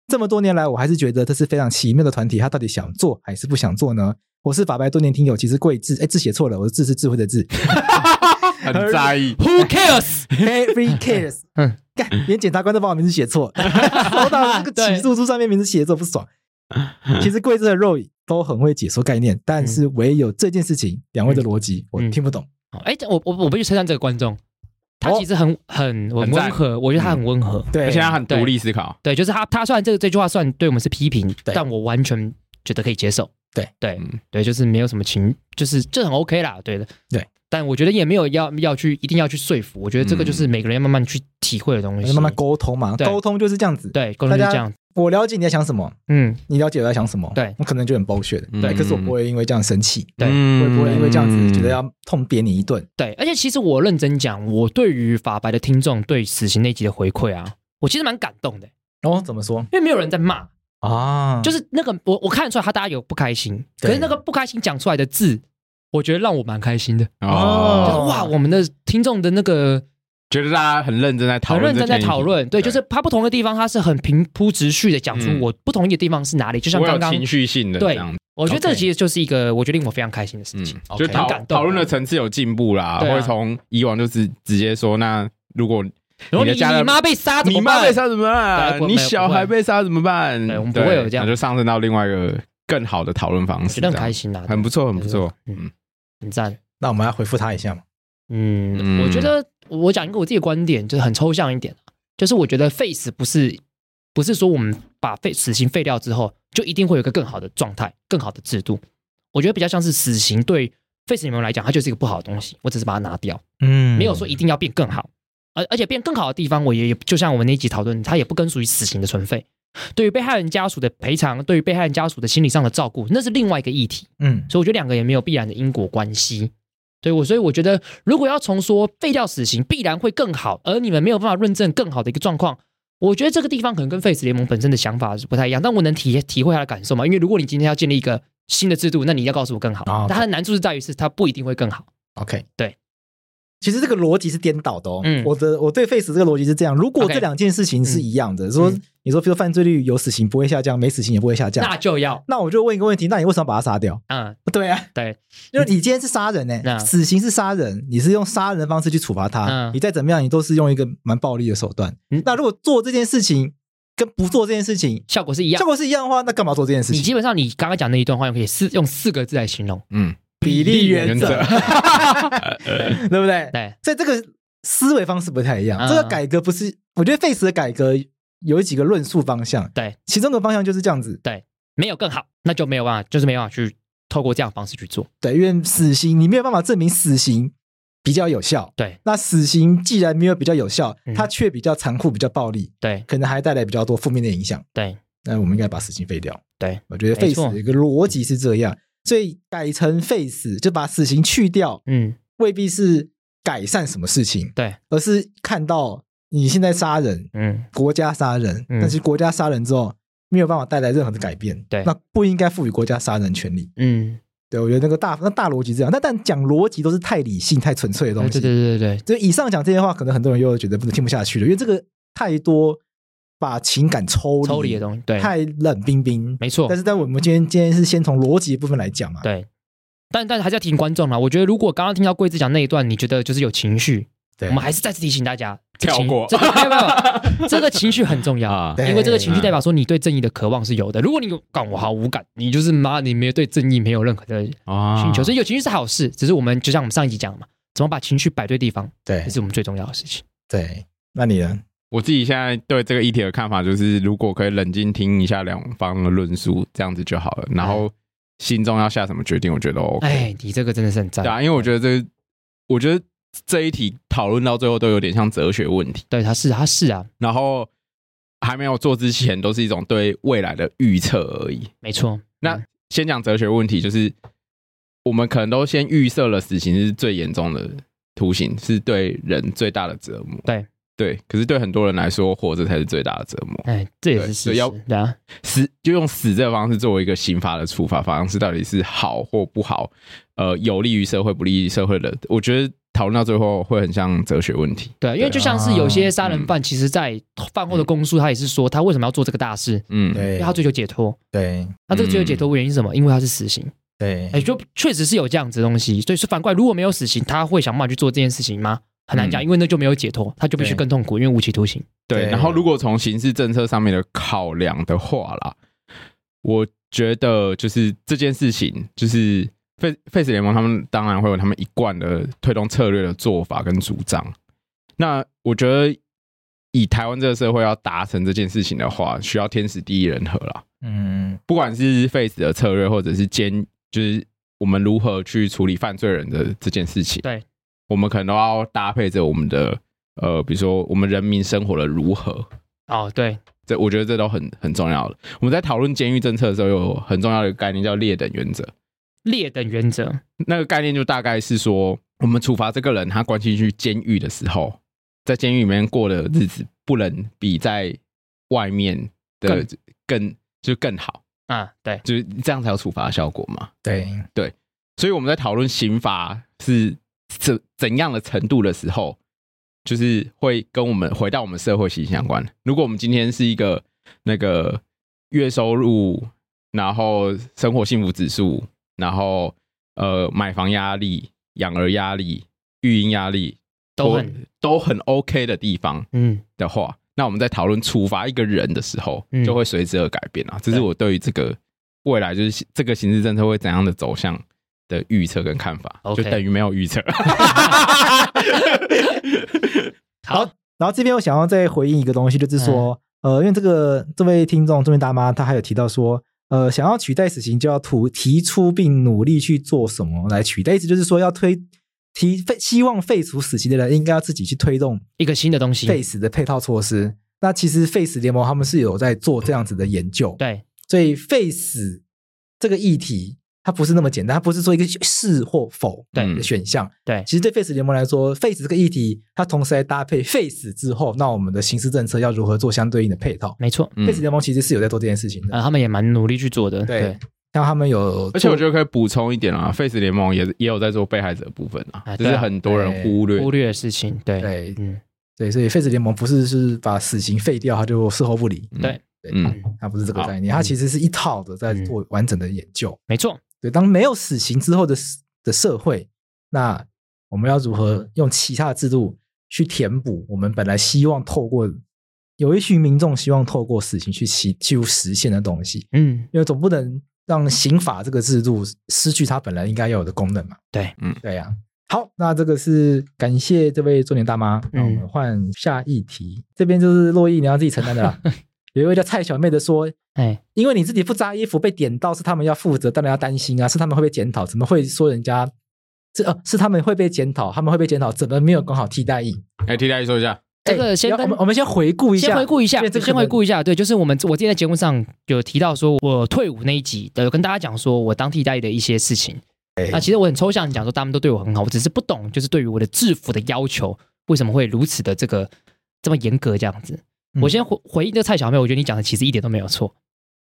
S3: 这么多年来，我还是觉得这是非常奇妙的团体，他到底想做还是不想做呢？我是法白多年听友，其实贵智，哎，字写错了，我的字是智慧的智
S4: 很在意。
S2: Who cares？
S3: ，Every cares，
S2: 嗯
S3: 嗯，干，连检察官都把我名字写 错，收到这个起诉书上面名字写错不爽。其实贵智和肉都很会解说概念，但
S2: 嗯
S3: 是唯有这件事情，两位的逻辑我听不懂。
S2: 好哎、我我我必须称赞这个观众，他其实很、很很
S4: 很赞
S2: 温和，我觉得他很温和。
S3: 哦对
S4: 而且他很独立思考，
S2: 对，就是他，他虽然这个这句话算对我们是批评，
S3: 对
S2: 但我完全觉得可以接受。
S3: 对
S2: 对、
S4: 嗯
S2: 对，就是没有什么情，就是这很 OK 啦，对的。
S3: 对，
S2: 但我觉得也没有要要去一定要去说服，我觉得这个就是每个人要慢慢去体会的东西，
S3: 慢慢沟通嘛，
S2: 对
S3: 沟通就是这样子。
S2: 对，沟通就
S3: 大家
S2: 这样。
S3: 我了解你在想什么，
S2: 嗯，
S3: 你了解我在想什么，
S2: 对
S3: 我可能就很 bullshit，
S4: 嗯
S3: 对，可是我不会因为这样生气，
S2: 对
S3: 我
S4: 嗯
S3: 也不会因为这样子觉得要痛扁你一顿。
S2: 对，而且其实我认真讲，我对于法白的听众对死刑那集的回馈啊，我其实蛮感动的，
S3: 哦，怎么说
S2: 因为没有人在骂，
S3: 啊？
S2: 就是是那个我我看得出来他大家有不开心，
S3: 对
S2: 可是那个不开心讲出来的字，我觉得让我蛮开心的。
S4: 嗯
S3: 哦
S2: 就是哇，我们的听众的那个
S4: 觉得大家很认真在讨
S2: 很
S4: 论
S2: 认真
S4: 这件议题，
S2: 在讨论，对，就是他不同的地方，他是很平铺直叙的讲出
S4: 嗯
S2: 我不同意的地方是哪里，就像
S4: 我有
S2: 刚刚，
S4: 情绪性的这
S2: 对
S4: 样子，
S2: 我觉得这
S3: OK
S2: 其实就是一个我觉得令我非常开心的事
S4: 嗯
S2: 情。，
S3: OK
S4: 就讨
S2: 很感动
S4: 讨论的层次有进步啦，
S2: 对啊
S4: 或者从以往就直直接说，那如果
S2: 然后
S4: 你
S2: 你
S4: 的家人
S2: 你妈被杀怎
S4: 你
S2: 么
S4: 妈
S2: 办？
S4: 被杀怎么
S2: 对
S4: 办
S2: 不？
S4: 你
S2: 没有
S4: 小
S2: 不会
S4: 孩被杀怎么办？
S2: 对我们不会有这样
S4: 那就上升到另外一个更好的讨论方
S2: 我
S4: 式，
S2: 觉得很
S4: 这样
S2: 开心啊，
S4: 很不错，很不错。
S2: 嗯
S4: 嗯，
S2: 很赞。
S3: 那我们要回复他一下嘛？
S2: 嗯，
S4: 嗯
S2: 我觉得我讲一个我自己的观点，就是很抽象一点，啊就是我觉得 face 不是不是说我们把废死刑废掉之后，就一定会有一个更好的状态、更好的制度。我觉得比较像是死刑对 face 你们来讲，它就是一个不好的东西，我只是把它拿掉，
S3: 嗯
S2: 没有说一定要变更好。而而且变更好的地方，我也就像我们那一集讨论，它也不跟属于死刑的存废。对于被害人家属的赔偿，对于被害人家属的心理上的照顾，那是另外一个议题。
S3: 嗯
S2: 所以我觉得两个也没有必然的因果关系。对我，所以我觉得如果要从说废掉死刑必然会更好，而你们没有办法论证更好的一个状况，我觉得这个地方可能跟 Face 联盟本身的想法是不太一样，但我能体体会他的感受嘛？因为如果你今天要建立一个新的制度，那你要告诉我更好，
S3: 啊
S2: 但它的难处是在于是它不一定会更好。
S3: ，OK，
S2: 对。
S3: 其实这个逻辑是颠倒的哦。
S2: 嗯
S3: 我的我对 face 这个逻辑是这样：如果
S2: OK
S3: 这两件事情是一样的，说
S2: 嗯
S3: 你说，比如说犯罪率有死刑不会下降，没死刑也不会下降，
S2: 那就要，
S3: 那我就问一个问题：那你为什么把他杀掉？
S2: 嗯，
S3: 对啊，
S2: 对，
S3: 因为你今天是杀人呢、
S2: 那
S3: 死刑是杀人，你是用杀人的方式去处罚他，
S2: 嗯
S3: 你再怎么样，你都是用一个蛮暴力的手段。
S2: 嗯
S3: 那如果做这件事情跟不做这件事情
S2: 效果是一样
S3: 效。果是一样的话，那干嘛做这件事
S2: 你
S3: 情？
S2: 基本上你刚刚讲那一段话，可以四用四个字来形容，
S4: 嗯，
S3: 比例原则，
S4: 原
S3: 对不对？
S2: 对，
S3: 所以这个思维方式不太一样。
S2: 嗯
S3: 这个改革不是，我觉得 Face 的改革有几个论述方向，
S2: 对，
S3: 其中的方向就是这样子，
S2: 没有更好，那就没有办法，就是没有办法去透过这样的方式去做。
S3: 对，因为死刑你没有办法证明死刑比较有效。
S2: 对
S3: 那死刑既然没有比较有效
S2: 嗯，
S3: 它却比较残酷、比较暴力，
S2: 对
S3: 可能还带来比较多负面的影响。
S2: 对，
S3: 那我们应该把死刑废掉。
S2: 对，
S3: 我觉得
S2: 没错
S3: face 有一个逻辑是这样，所以改成 face 就把死刑去掉，
S2: 嗯，
S3: 未必是改善什么事情，
S2: 对，
S3: 而是看到你现在杀人，
S2: 嗯。
S3: 国家杀人，
S2: 嗯
S3: 但是国家杀人之后没有办法带来任何的改变，
S2: 对
S3: 那不应该赋予国家杀人权利。
S2: 嗯，
S3: 对，我觉得那个大那大逻辑是这样，但但讲逻辑都是太理性、太纯粹的东
S2: 对
S3: 西。
S2: 对对对对，
S3: 就以上讲这些话，可能很多人又觉得不能听不下去了，因为这个太多把情感抽离
S2: 抽离的东西，对，
S3: 太冷冰冰。
S2: 没错
S3: 但，是，但我们今天今天是先从逻辑的部分来讲嘛。
S2: 对。但但还是要提醒观众啦，我觉得如果刚刚听到桂子讲那一段，你觉得就是有情绪，
S3: 对
S2: 我们还是再次提醒大家，这
S4: 跳
S2: 情
S4: 过
S2: 这个没有没 有，这个情绪很重要
S4: 啊，
S3: 对
S2: 因为这个情绪代表说你对正义的渴望是有的。如果你有感我毫无感，你就是妈，你没有对正义没有任何的需
S4: 啊
S2: 求，所以有情绪是好事，只是我们就像我们上一集讲的嘛，怎么把情绪摆对地方，
S4: 哎
S3: 对
S2: 这是我们最重要的事情。
S3: 对，那你呢？
S4: 我自己现在对这个议题的看法就是，如果可以冷静听一下两方的论述，这样子就好了。然后心中要下什么决定，我觉得 OK。
S2: 哎，你这个真的是很
S4: 对
S2: 赞，
S4: 啊，因为我觉得这，我觉得这一题讨论到最后都有点像哲学问题。
S2: 对，他是他是啊，
S4: 然后还没有做之前，都是一种对未来的预测而已。
S2: 没错，嗯
S4: 那先讲哲学问题，就是我们可能都先预设了死刑是最严重的徒刑，是对人最大的折磨。
S2: 对，
S4: 对，可是对很多人来说，活着才是最大的折磨。
S2: 哎，这也
S4: 对
S2: 是
S4: 所
S2: 事
S4: 以要
S2: 实，对啊，
S4: 死就用死这个方式作为一个刑罚的处罚方式，到底是好或不好？呃，有利于社会，不利于社会的，我觉得讨论到最后会很像哲学问题。
S2: 对，因为就像是有些杀人
S4: 嗯
S2: 犯，其实在犯后的供述，他也是说他为什么要做这个大事，
S4: 嗯，
S2: 因
S3: 对
S2: 为他追求解脱。
S3: 对
S2: 那这个追求解脱原因是什么？因为他是死
S4: 嗯
S2: 刑。
S3: 对
S2: 哎，就确实是有这样子的东西。所以说，反过来，如果没有死刑，他会想办法去做这件事情吗？很难讲，
S4: 嗯
S2: 因为那就没有解脱，他就必须
S3: 对
S2: 更痛苦，因为无期徒刑。
S4: 对。
S3: 对
S4: 然后，如果从刑事政策上面的考量的话啦，我觉得就是这件事情，就是费费斯联盟他们当然会有他们一贯的推动策略的做法跟主张。那我觉得，以台湾这个社会要达成这件事情的话，需要天时地利人和啦。
S3: 嗯
S4: 不管是 face 的策略，或者是监，就是我们如何去处理犯罪人的这件事情，
S2: 对，
S4: 我们可能都要搭配着我们的呃，比如说我们人民生活的如何，
S2: 哦，对，
S4: 这我觉得这都很很重要的。我们在讨论监狱政策的时候，有很重要的概念叫劣等原则，
S2: 劣等原则。
S4: 那个概念就大概是说，我们处罚这个人他关进去监狱的时候，在监狱里面过的日子不能比在外面的更就更好，
S2: 啊，对，
S4: 就是这样才有处罚的效果嘛。
S3: 对
S4: 所以我们在讨论刑罚是怎怎样的程度的时候，就是会跟我们回到我们社会息息相关。如果我们今天是一个那个月收入，然后生活幸福指数，然后呃买房压力、养儿压力、育婴压力
S2: 都很
S4: 都很 OK 的地方
S2: 嗯，
S4: 的话，那我们在讨论处罚一个人的时候
S2: 嗯，
S4: 就会随之而改变啊。这是我对于这个未来就是这个刑事政策会怎样的走向的预测跟看法，
S2: OK
S4: 就等于没有预测。
S2: 好，
S3: 然后这边我想要再回应一个东西，就是
S2: 嗯
S3: 说，呃，因为这个这位听众这位大妈她还有提到说，呃，想要取代死刑就要图提出并努力去做什么来取代，意思就是说要推提废希望废除死刑的人应该要自己去推动
S2: 一个新的东西。
S3: 废死的配套措施。那其实废死联盟他们是有在做这样子的研究，
S2: 对，
S3: 所以废死这个议题它不是那么简单，它不是说一个是或否
S2: 对
S4: 嗯
S3: 的选项，
S2: 对
S3: 其实对 Face 联盟来说，Face 这个议题，它同时还搭配 Face 之后，那我们的刑事政策要如何做相对应的配套、
S2: 没错。
S4: 嗯
S3: f a c e 联盟其实是有在做这件事情的，
S2: 啊，他们也蛮努力去做的。
S3: 对
S2: 对，
S3: 像他们有，
S4: 而且我觉得可以补充一点啊，Face 联盟也也有在做被害者的部分啊，
S2: 啊
S4: 这
S2: 对啊
S4: 是很多人忽略。
S2: 忽略的事情。对，
S3: 对
S2: 嗯，
S3: 对，所以 Face 联盟不是是把死刑废掉，他就事后不理，
S4: 嗯
S2: 对，
S3: 对，
S4: 嗯
S3: 它不是这个
S4: 好嗯
S3: 概念，它其实是一套的在做完整的研究。
S2: 没错。
S3: 对，当没有死刑之后的 s- 的社会，那我们要如何用其他的制度去填补我们本来希望透过有一群民众希望透过死刑去其去实现的东西？
S2: 嗯，
S3: 因为总不能让刑法这个制度失去它本来应该要有的功能嘛。
S2: 对，
S4: 嗯
S3: 对呀、好，那这个是感谢这位中年大妈。那我们
S2: 嗯
S3: 换下一题，这边就是洛毅，你要自己承担 的啦。有一位叫蔡小妹的说，
S2: 哎，
S3: 因为你自己不扎衣服被点到，是他们要负责，当然要担心啊，是他们会被检讨，怎么会说人家这呃是他们会被检讨，他们会被检讨，怎么没有刚好替代役？哎
S4: 哎，替代役说一下，
S2: 这个先
S3: 要
S2: 跟
S3: 我们我们先回顾一下，
S2: 先回顾一下
S3: 因为，这个
S2: 先
S3: 可
S2: 回
S3: 能
S2: 顾一下。对，就是我们我之前在节目上有提到说，我退伍那一集的有跟大家讲说我当替代役的一些事情。那其实我很抽象地讲说，他们都对我很好，我只是不懂，就是对于我的制服的要求为什么会如此的这个这么严格这样子。
S3: 嗯
S2: 我先回回应这个蔡小妹，我觉得你讲的其实一点都没有错，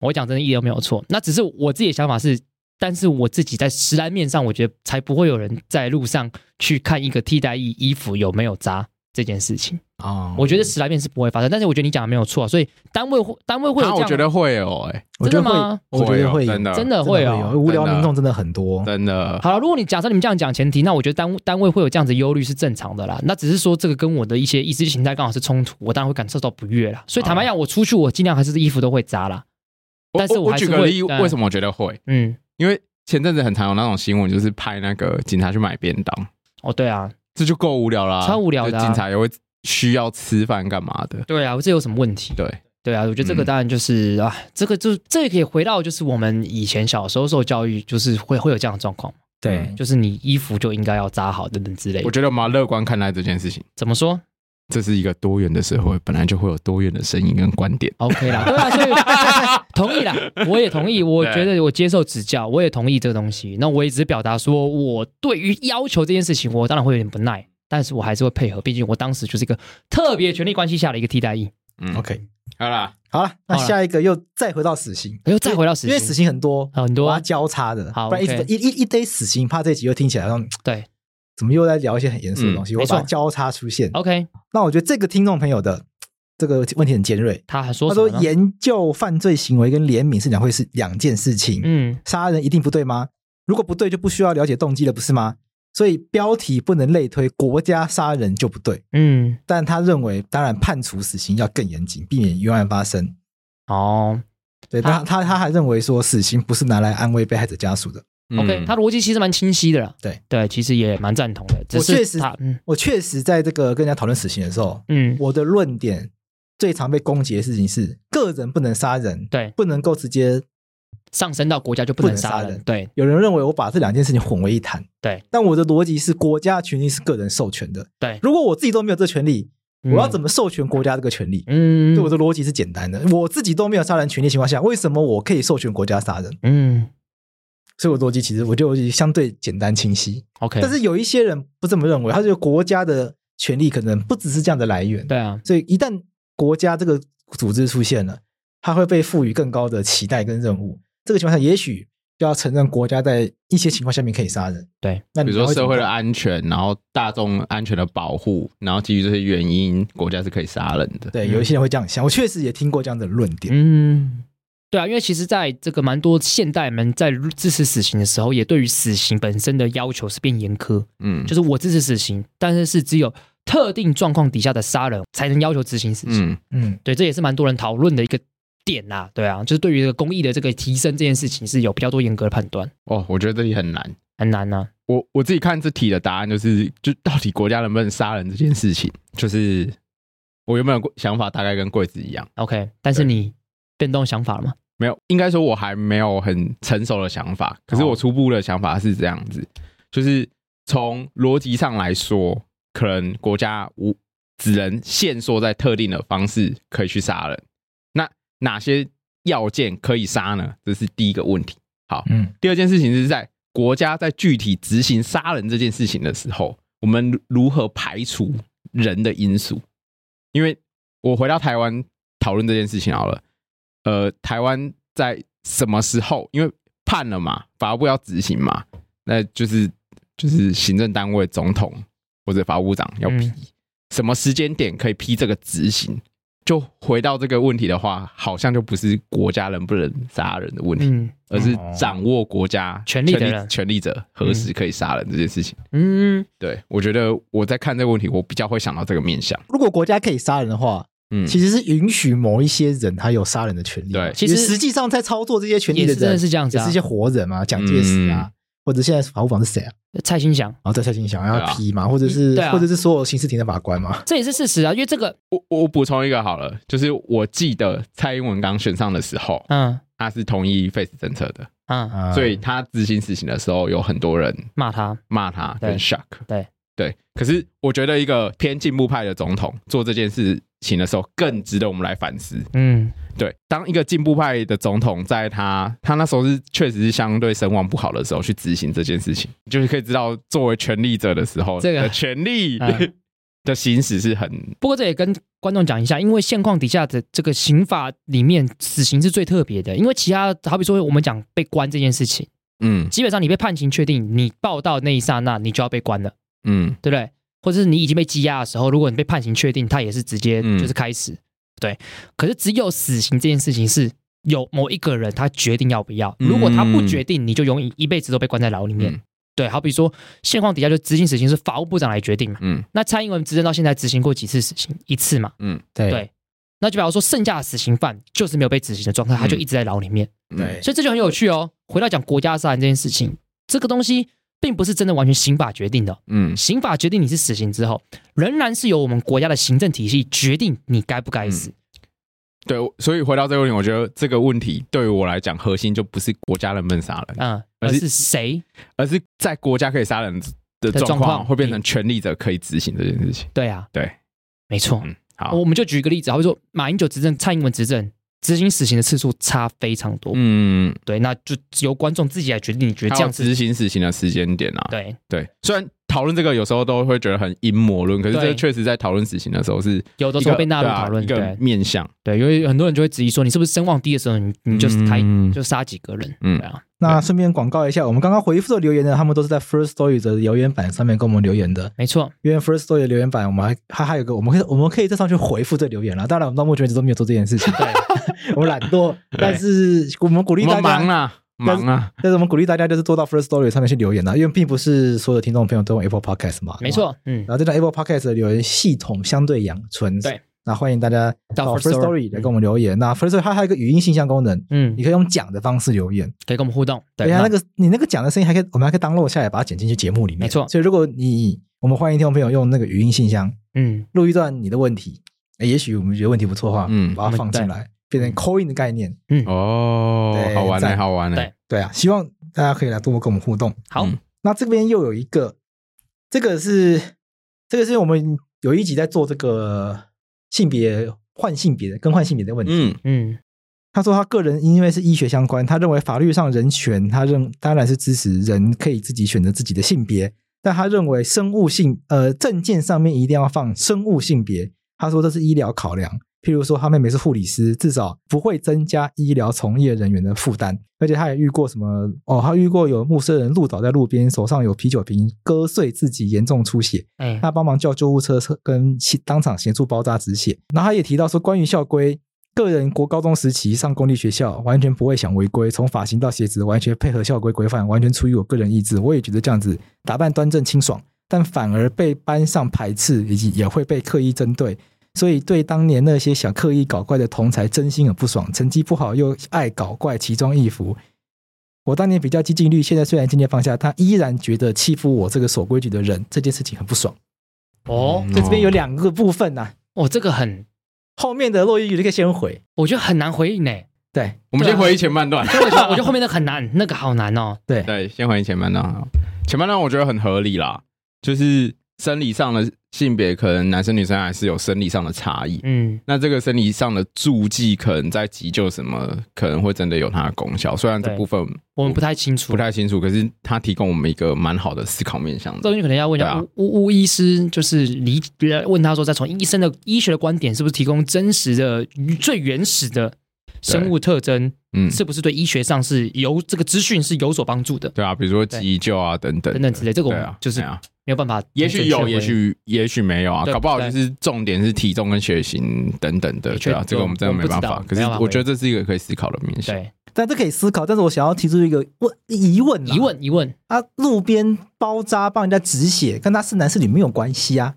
S2: 我讲真的一点都没有错。那只是我自己的想法是，但是我自己在实来面上，我觉得才不会有人在路上去看一个替代役衣服有没有扎这件事情。
S4: 嗯
S3: 啊
S2: 我觉得十来遍是不会发生，但是我觉得你讲的没有错，所以单位会单位会有
S4: 啊
S2: 这样，
S4: 我觉得会哦，哎，
S3: 我觉
S2: 真
S3: 得
S2: 的
S3: 会
S2: 吗，
S3: 我觉得
S4: 哦
S3: 会有，
S4: 真的
S2: 真
S4: 的
S2: 的会
S3: 有
S2: 哦。
S3: 无聊
S4: 真的
S3: 民众真的很多，
S4: 真的，
S2: 好了，如果你假设你们这样讲前提，那我觉得单单位会有这样子忧虑是正常的啦。那只是说这个跟我的一些意识形态刚好是冲突，我当然会感受到不悦
S4: 啊
S2: 啦。所以坦白讲，我出去我尽量还是衣服都会扎啦。但是
S4: 我
S2: 还
S4: 举
S2: 是
S4: 个
S2: 会
S4: 例，
S2: 嗯
S4: 为什么我觉得会？
S2: 嗯，
S4: 因为前阵子很常有那种新闻，就是拍那个警察去买便当。
S2: 哦对啊，
S4: 这就够无聊啦，
S2: 超无聊的啊
S4: 就警察也会需要吃饭干嘛的？
S2: 对啊，这有什么问题？
S4: 对，
S2: 对啊，我觉得这个
S4: 嗯
S2: 当然就是、啊，这个就这也可以回到就是我们以前小时候受教育，就是会会有这样的状况，嗯
S3: 对，
S2: 就是你衣服就应该要扎好等等之类
S4: 我
S2: 的。
S4: 觉得我们要乐观看待这件事情。
S2: 怎么说？
S4: 这是一个多元的社会，本来就会有多元的声音跟观点。
S2: OK 啦，对啊，所以同意啦，我也同意，我觉得我接受指教，我也同意这个东西。那我也只是表达说我对于要求这件事情，我当然会有点不耐，但是我还是会配合，毕竟我当时就是一个特别权力关系下的一个替代役。
S4: 嗯
S3: OK，
S4: 好啦，
S3: 好了，那
S2: 好啦哎
S3: 下一个又再回到死刑，
S2: 又再回到死
S3: 因为
S2: 刑，
S3: 死刑很多
S2: 很多
S3: 我要交叉的，
S2: 好
S3: 不然一直
S2: OK
S3: 一一一堆死刑，怕这集又听起来好像
S2: 对
S3: 怎么又在聊一些很严肃的东
S2: 嗯
S3: 西，我把
S2: 没
S3: 它
S2: 错
S3: 交叉出现。
S2: ，OK，
S3: 那我觉得这个听众朋友的这个问题很尖锐，
S2: 他还说
S3: 他
S2: 什
S3: 说
S2: 么呢？
S3: 研究犯罪行为跟怜悯是两回事，两件事情。
S2: 嗯，
S3: 杀人一定不对吗？如果不对，就不需要了解动机了，不是吗？所以标题不能类推，国家杀人就不对。
S2: 嗯，
S3: 但他认为，当然判处死刑要更严谨，避免冤案发生。
S2: 哦
S3: 对，
S2: 他
S3: 但他他还认为说，死刑不是拿来安慰被害者家属的。
S2: ，OK，
S4: 嗯
S2: 他逻辑其实蛮清晰的啦。
S3: 对
S2: 对，其实也蛮赞同的。只
S3: 我
S2: 是
S3: 确实
S2: 他，嗯
S3: 我确实在这个跟人家讨论死刑的时候，
S2: 嗯，
S3: 我的论点最常被攻击的事情是，个人不能杀人，
S2: 对，
S3: 不能够直接。
S2: 上升到国家就不
S3: 不
S2: 能
S3: 能
S2: 杀
S3: 杀
S2: 人，
S3: 人
S2: 对
S3: 有人认为我把这两件事情混为一谈，
S2: 对嗯
S3: 但我的逻辑是，国家的权利是个人授权的。
S2: 对。
S3: 如果我自己都没有这权利，
S2: 嗯
S3: 我要怎么授权国家这个权利？
S2: 嗯，
S3: 对我的逻辑是简单的，我自己都没有杀人权利的情况下，为什么我可以授权国家杀人？
S2: 嗯
S3: 所以我的逻辑其实我觉得逻辑相对简单清晰。
S2: ，OK，
S3: 但是有一些人不这么认为，他觉得国家的权利可能不只是这样的来源。
S2: 对啊，
S3: 所以一旦国家这个组织出现了，它会被赋予更高的期待跟任务。这个情况下，也许就要承认国家在一些情况下面可以杀人。
S2: 对，
S3: 那
S4: 比
S3: 你
S4: 如说
S3: 要怎
S4: 社
S3: 么
S4: 会
S3: 办
S4: 的安全，然后大众安全的保护，然后基于这些原因，国家是可以杀人的。
S3: 对，有一些人会这样想，我确实也听过这样的论点。
S2: 嗯，对啊，因为其实在这个蛮多现代们在支持死刑的时候，也对于死刑本身的要求是变严苛，
S4: 嗯，
S2: 就是我支持死刑，但是是只有特定状况底下的杀人才能要求执行死刑。
S4: 嗯
S3: 嗯，
S2: 对，这也是蛮多人讨论的一个点呐、对啊，就是对于这个公益的这个提升这件事情是有比较多严格的判断，
S4: 哦，我觉得这题很难。
S2: 很难呐、
S4: 我我自己看这题的答案就是，就到底国家能不能杀人这件事情，就是我原本的想法大概跟柜子一样，
S2: OK，但是你变动想法 了吗？
S4: 没有，应该说我还没有很成熟的想法。可是我初步的想法是这样子，就是从逻辑上来说，可能国家无只能限缩在特定的方式可以去杀人。那哪些要件可以杀呢？这是第一个问题。好，
S3: 嗯，
S4: 第二件事情是在国家在具体执行杀人这件事情的时候，我们如何排除人的因素？因为我回到台湾讨论这件事情好了，呃，台湾在什么时候？因为判了嘛，法务部要执行嘛，那就是就是行政单位总统或者法务部长要批，
S2: 嗯
S4: 什么时间点可以批这个执行？就回到这个问题的话，好像就不是国家能不能杀人的问题，
S2: 嗯
S4: 而是掌握国家
S2: 权力的人
S4: 权力者何时可以杀人这件事情。
S2: 嗯，
S4: 对我觉得我在看这个问题，我比较会想到这个面向。
S3: 如果国家可以杀人的话，
S4: 嗯，
S3: 其实是允许某一些人他有杀人的权利嘛。
S4: 对
S2: 其实
S3: 因为实际上在操作这些权利
S2: 也
S3: 的
S2: 是真
S3: 人
S2: 的是这样子
S3: 也
S2: 啊
S3: 是一。些活人嘛，蒋介石啊，或者现在法务长是谁啊？
S2: 蔡心祥，
S3: 然后在蔡金祥
S4: 对啊
S3: 要批嘛，或者是
S2: 对啊
S3: 或者是所有刑事庭的法官嘛。
S2: 这也是事实啊，因为这个，
S4: 我我补充一个好了，就是我记得蔡英文刚选上的时候，
S2: 嗯
S4: 他是同意 face 政策的，
S2: 嗯，
S3: 啊
S4: 所以他执行死刑的时候，有很多人
S2: 骂他，
S4: 骂他跟
S2: 对
S4: shock。
S2: 对
S4: 对，可是我觉得一个偏进步派的总统做这件事情的时候，更值得我们来反思。
S2: 嗯
S4: 对，当一个进步派的总统在他他那时候是确实是相对声望不好的时候去执行这件事情，就是可以知道作为权力者的时候，
S2: 这个
S4: 的权力、
S2: 嗯
S4: 的行使是很
S2: 不过这也跟观众讲一下，因为现况底下的这个刑法里面，死刑是最特别的，因为其他好比说我们讲被关这件事情，
S4: 嗯
S2: 基本上你被判刑确定，你报到那一刹那你就要被关了，
S4: 嗯
S2: 对不对？或者是你已经被羁押的时候，如果你被判刑确定，它也是直接
S4: 嗯
S2: 就是开始，对。可是只有死刑这件事情是有某一个人他决定要不要，如果他不
S4: 嗯
S2: 决定，你就永远一辈子都被关在牢里面。
S4: 嗯
S2: 对，好比说现况底下就执行死刑是法务部长来决定嘛。
S4: 嗯
S2: 那蔡英文执政到现在执行过几次死刑？一次嘛，
S4: 嗯
S3: 对
S2: 对。那就比方说，剩下的死刑犯就是没有被执行的状态，他就
S4: 嗯
S2: 一直在牢里面，
S3: 对
S2: 所以这就很有趣哦。回到讲国家杀人这件事情，这个东西并不是真的完全刑法决定的哦，
S4: 嗯
S2: 刑法决定你是死刑之后，仍然是由我们国家的行政体系决定你该不该死。
S4: 对，所以回到这个问题，我觉得这个问题对于我来讲，核心就不是国家能不能杀人，
S2: 嗯，而
S4: 而是
S2: 是谁？
S4: 而是在国家可以杀人
S2: 的
S4: 的
S2: 状
S4: 状况
S2: 况
S4: 会变成权力者可以执行这件事情。
S2: 对啊，
S4: 对，
S2: 没错。
S4: 嗯，好，
S2: 我们就举一个例子，好比说马英九执政、蔡英文执政，执行死刑的次数差非常多。
S4: 嗯，
S2: 对，那就由观众自己来决定，你觉得
S4: 还
S2: 这
S4: 有
S2: 样子
S4: 执行死刑的时间点啊，
S2: 对，
S4: 对，虽然讨论这个有时候都会觉得很阴谋论，可是
S2: 对
S4: 这确实在讨论死刑的时候是
S2: 有的
S4: 一
S2: 时候
S4: 个
S2: 被纳入
S4: 对啊
S2: 讨论
S4: 一个
S2: 对
S4: 面向。
S2: 对，因为很多人就会质疑说，你是不是声望低的时候，你你就
S4: 嗯
S2: 杀、就杀几个人，
S4: 嗯
S2: 对啊，
S3: 那顺便广告一下，我们刚刚回复的留言呢，他们都是在 First Story 的留言板上面跟我们留言的。
S2: 没错，
S3: 因为 First Story 的留言板，我们还还还有一个，我们可以我们可以在上去回复这留言啦。当然，我们到目前为止都没有做这件事情，
S2: 对，
S3: 我们懒惰，但是我们鼓励
S4: 我
S3: 大家
S4: 们忙啊，
S3: 但
S4: 忙啊，
S3: 但是我们鼓励大家就是多到 First Story 上面去留言啊，因为并不是所有的听众朋友都用 Apple Podcast 嘛，
S2: 没
S3: 对吧。
S2: 错，嗯，
S3: 然后这张 Apple Podcast 的留言系统相对养存，
S2: 对。
S3: 那欢迎大家
S2: 到
S3: 到
S2: First
S3: First
S2: Story
S3: Story 来跟我们留言。那 First Story 它还有一个语音信箱功能，
S2: 嗯
S3: 你，可以用讲的方式留言。
S2: 可以跟我们互动，对，
S3: 对啊，
S2: 那
S3: 那个你那个讲的声音还可以，我们还可以当录下来，把它剪进去节目里面。
S2: 没错
S3: 所以如果你我们欢迎听众朋友用那个语音信箱
S2: 嗯，
S3: 录一段你的问题，诶也许我们觉得问题不错的话，
S4: 嗯
S3: 把它放进来，变成 coin 的概念。
S4: 哦
S3: 嗯对，
S4: 好玩呢、
S3: 在
S4: 好玩呢、
S2: 对
S3: 对啊，希望大家可以来多跟我们互动。
S2: 好，
S4: 嗯
S3: 那这边又有一个，这个是这个是我们有一集在做这个性别换性别的更换性别的问题。
S4: 嗯，
S2: 嗯，
S3: 他说他个人因为是医学相关，他认为法律上人权，他认当然是支持人可以自己选择自己的性别，但他认为生物性呃证件上面一定要放生物性别。他说这是医疗考量，譬如说他妹妹是护理师，至少不会增加医疗从业人员的负担。而且他也遇过什么哦，他遇过有陌生人路倒在路边，手上有啤酒瓶割碎自己，严重出血。
S2: 哎、
S3: 他帮忙叫救护车车跟协当场协助包扎止血。然后他也提到说，关于校规，个人国高中时期上公立学校，完全不会想违规，从发型到鞋子完全配合校规规范，完全出于我个人意志。我也觉得这样子打扮端正清爽，但反而被班上排斥，以及也会被刻意针对。所以对当年那些想刻意搞怪的同才真心很不爽，成绩不好又爱搞怪，奇装异服。我当年比较激进率，现在虽然渐渐放下，他依然觉得欺负我这个守规矩的人这件事情很不爽。
S2: 哦，
S4: 嗯
S3: 所以这边有两个部分呐、
S2: 哦，这个很，
S3: 后面的洛伊就可以先回。
S2: 我觉得很难回应呢、
S3: 对
S4: 我们先回忆前半段。
S2: 所以我觉得，我觉得后面那个很难，那个好难哦。
S3: 对
S4: 对，先回应前半段好。前半段我觉得很合理啦，就是生理上的性别，可能男生女生还是有生理上的差异。
S2: 嗯，
S4: 那这个生理上的助剂，可能在急救什么，可能会真的有它的功效。虽然这
S2: 对
S4: 部分
S2: 我们不太清楚，
S4: 不太清楚，可是它提供我们一个蛮好的思考面向
S2: 这
S4: 的。
S2: 东西可能要问一下
S4: 对
S2: 巫
S4: 啊
S2: 巫巫医师，就是理呃问他说，再从医生的医学的观点，是不是提供真实的、最原始的生物特征，
S4: 嗯，
S2: 是不是对医学上是有这个资讯是有所帮助的？
S4: 对啊，比如说
S2: 对
S4: 急救啊，等等
S2: 等等之类这个我
S4: 对啊，
S2: 就是
S4: 对啊，
S2: 没有办法，
S4: 也许有，也。许也许没有啊，
S2: 对
S4: 搞不好
S2: 对
S4: 就是重点是体重跟血型等等的，
S2: 的确
S4: 对啊，这个我们真的没办
S2: 我
S4: 法
S2: 们。不
S4: 可
S2: 知
S4: 是
S2: 道
S4: 我觉得这是一个可以思考的面向。
S2: 对，
S3: 但这可以思考，但是我想要提出一个问疑问啦
S2: 疑问疑问，
S3: 啊，路边包扎帮人家止血，跟他是男是女没有关系啊。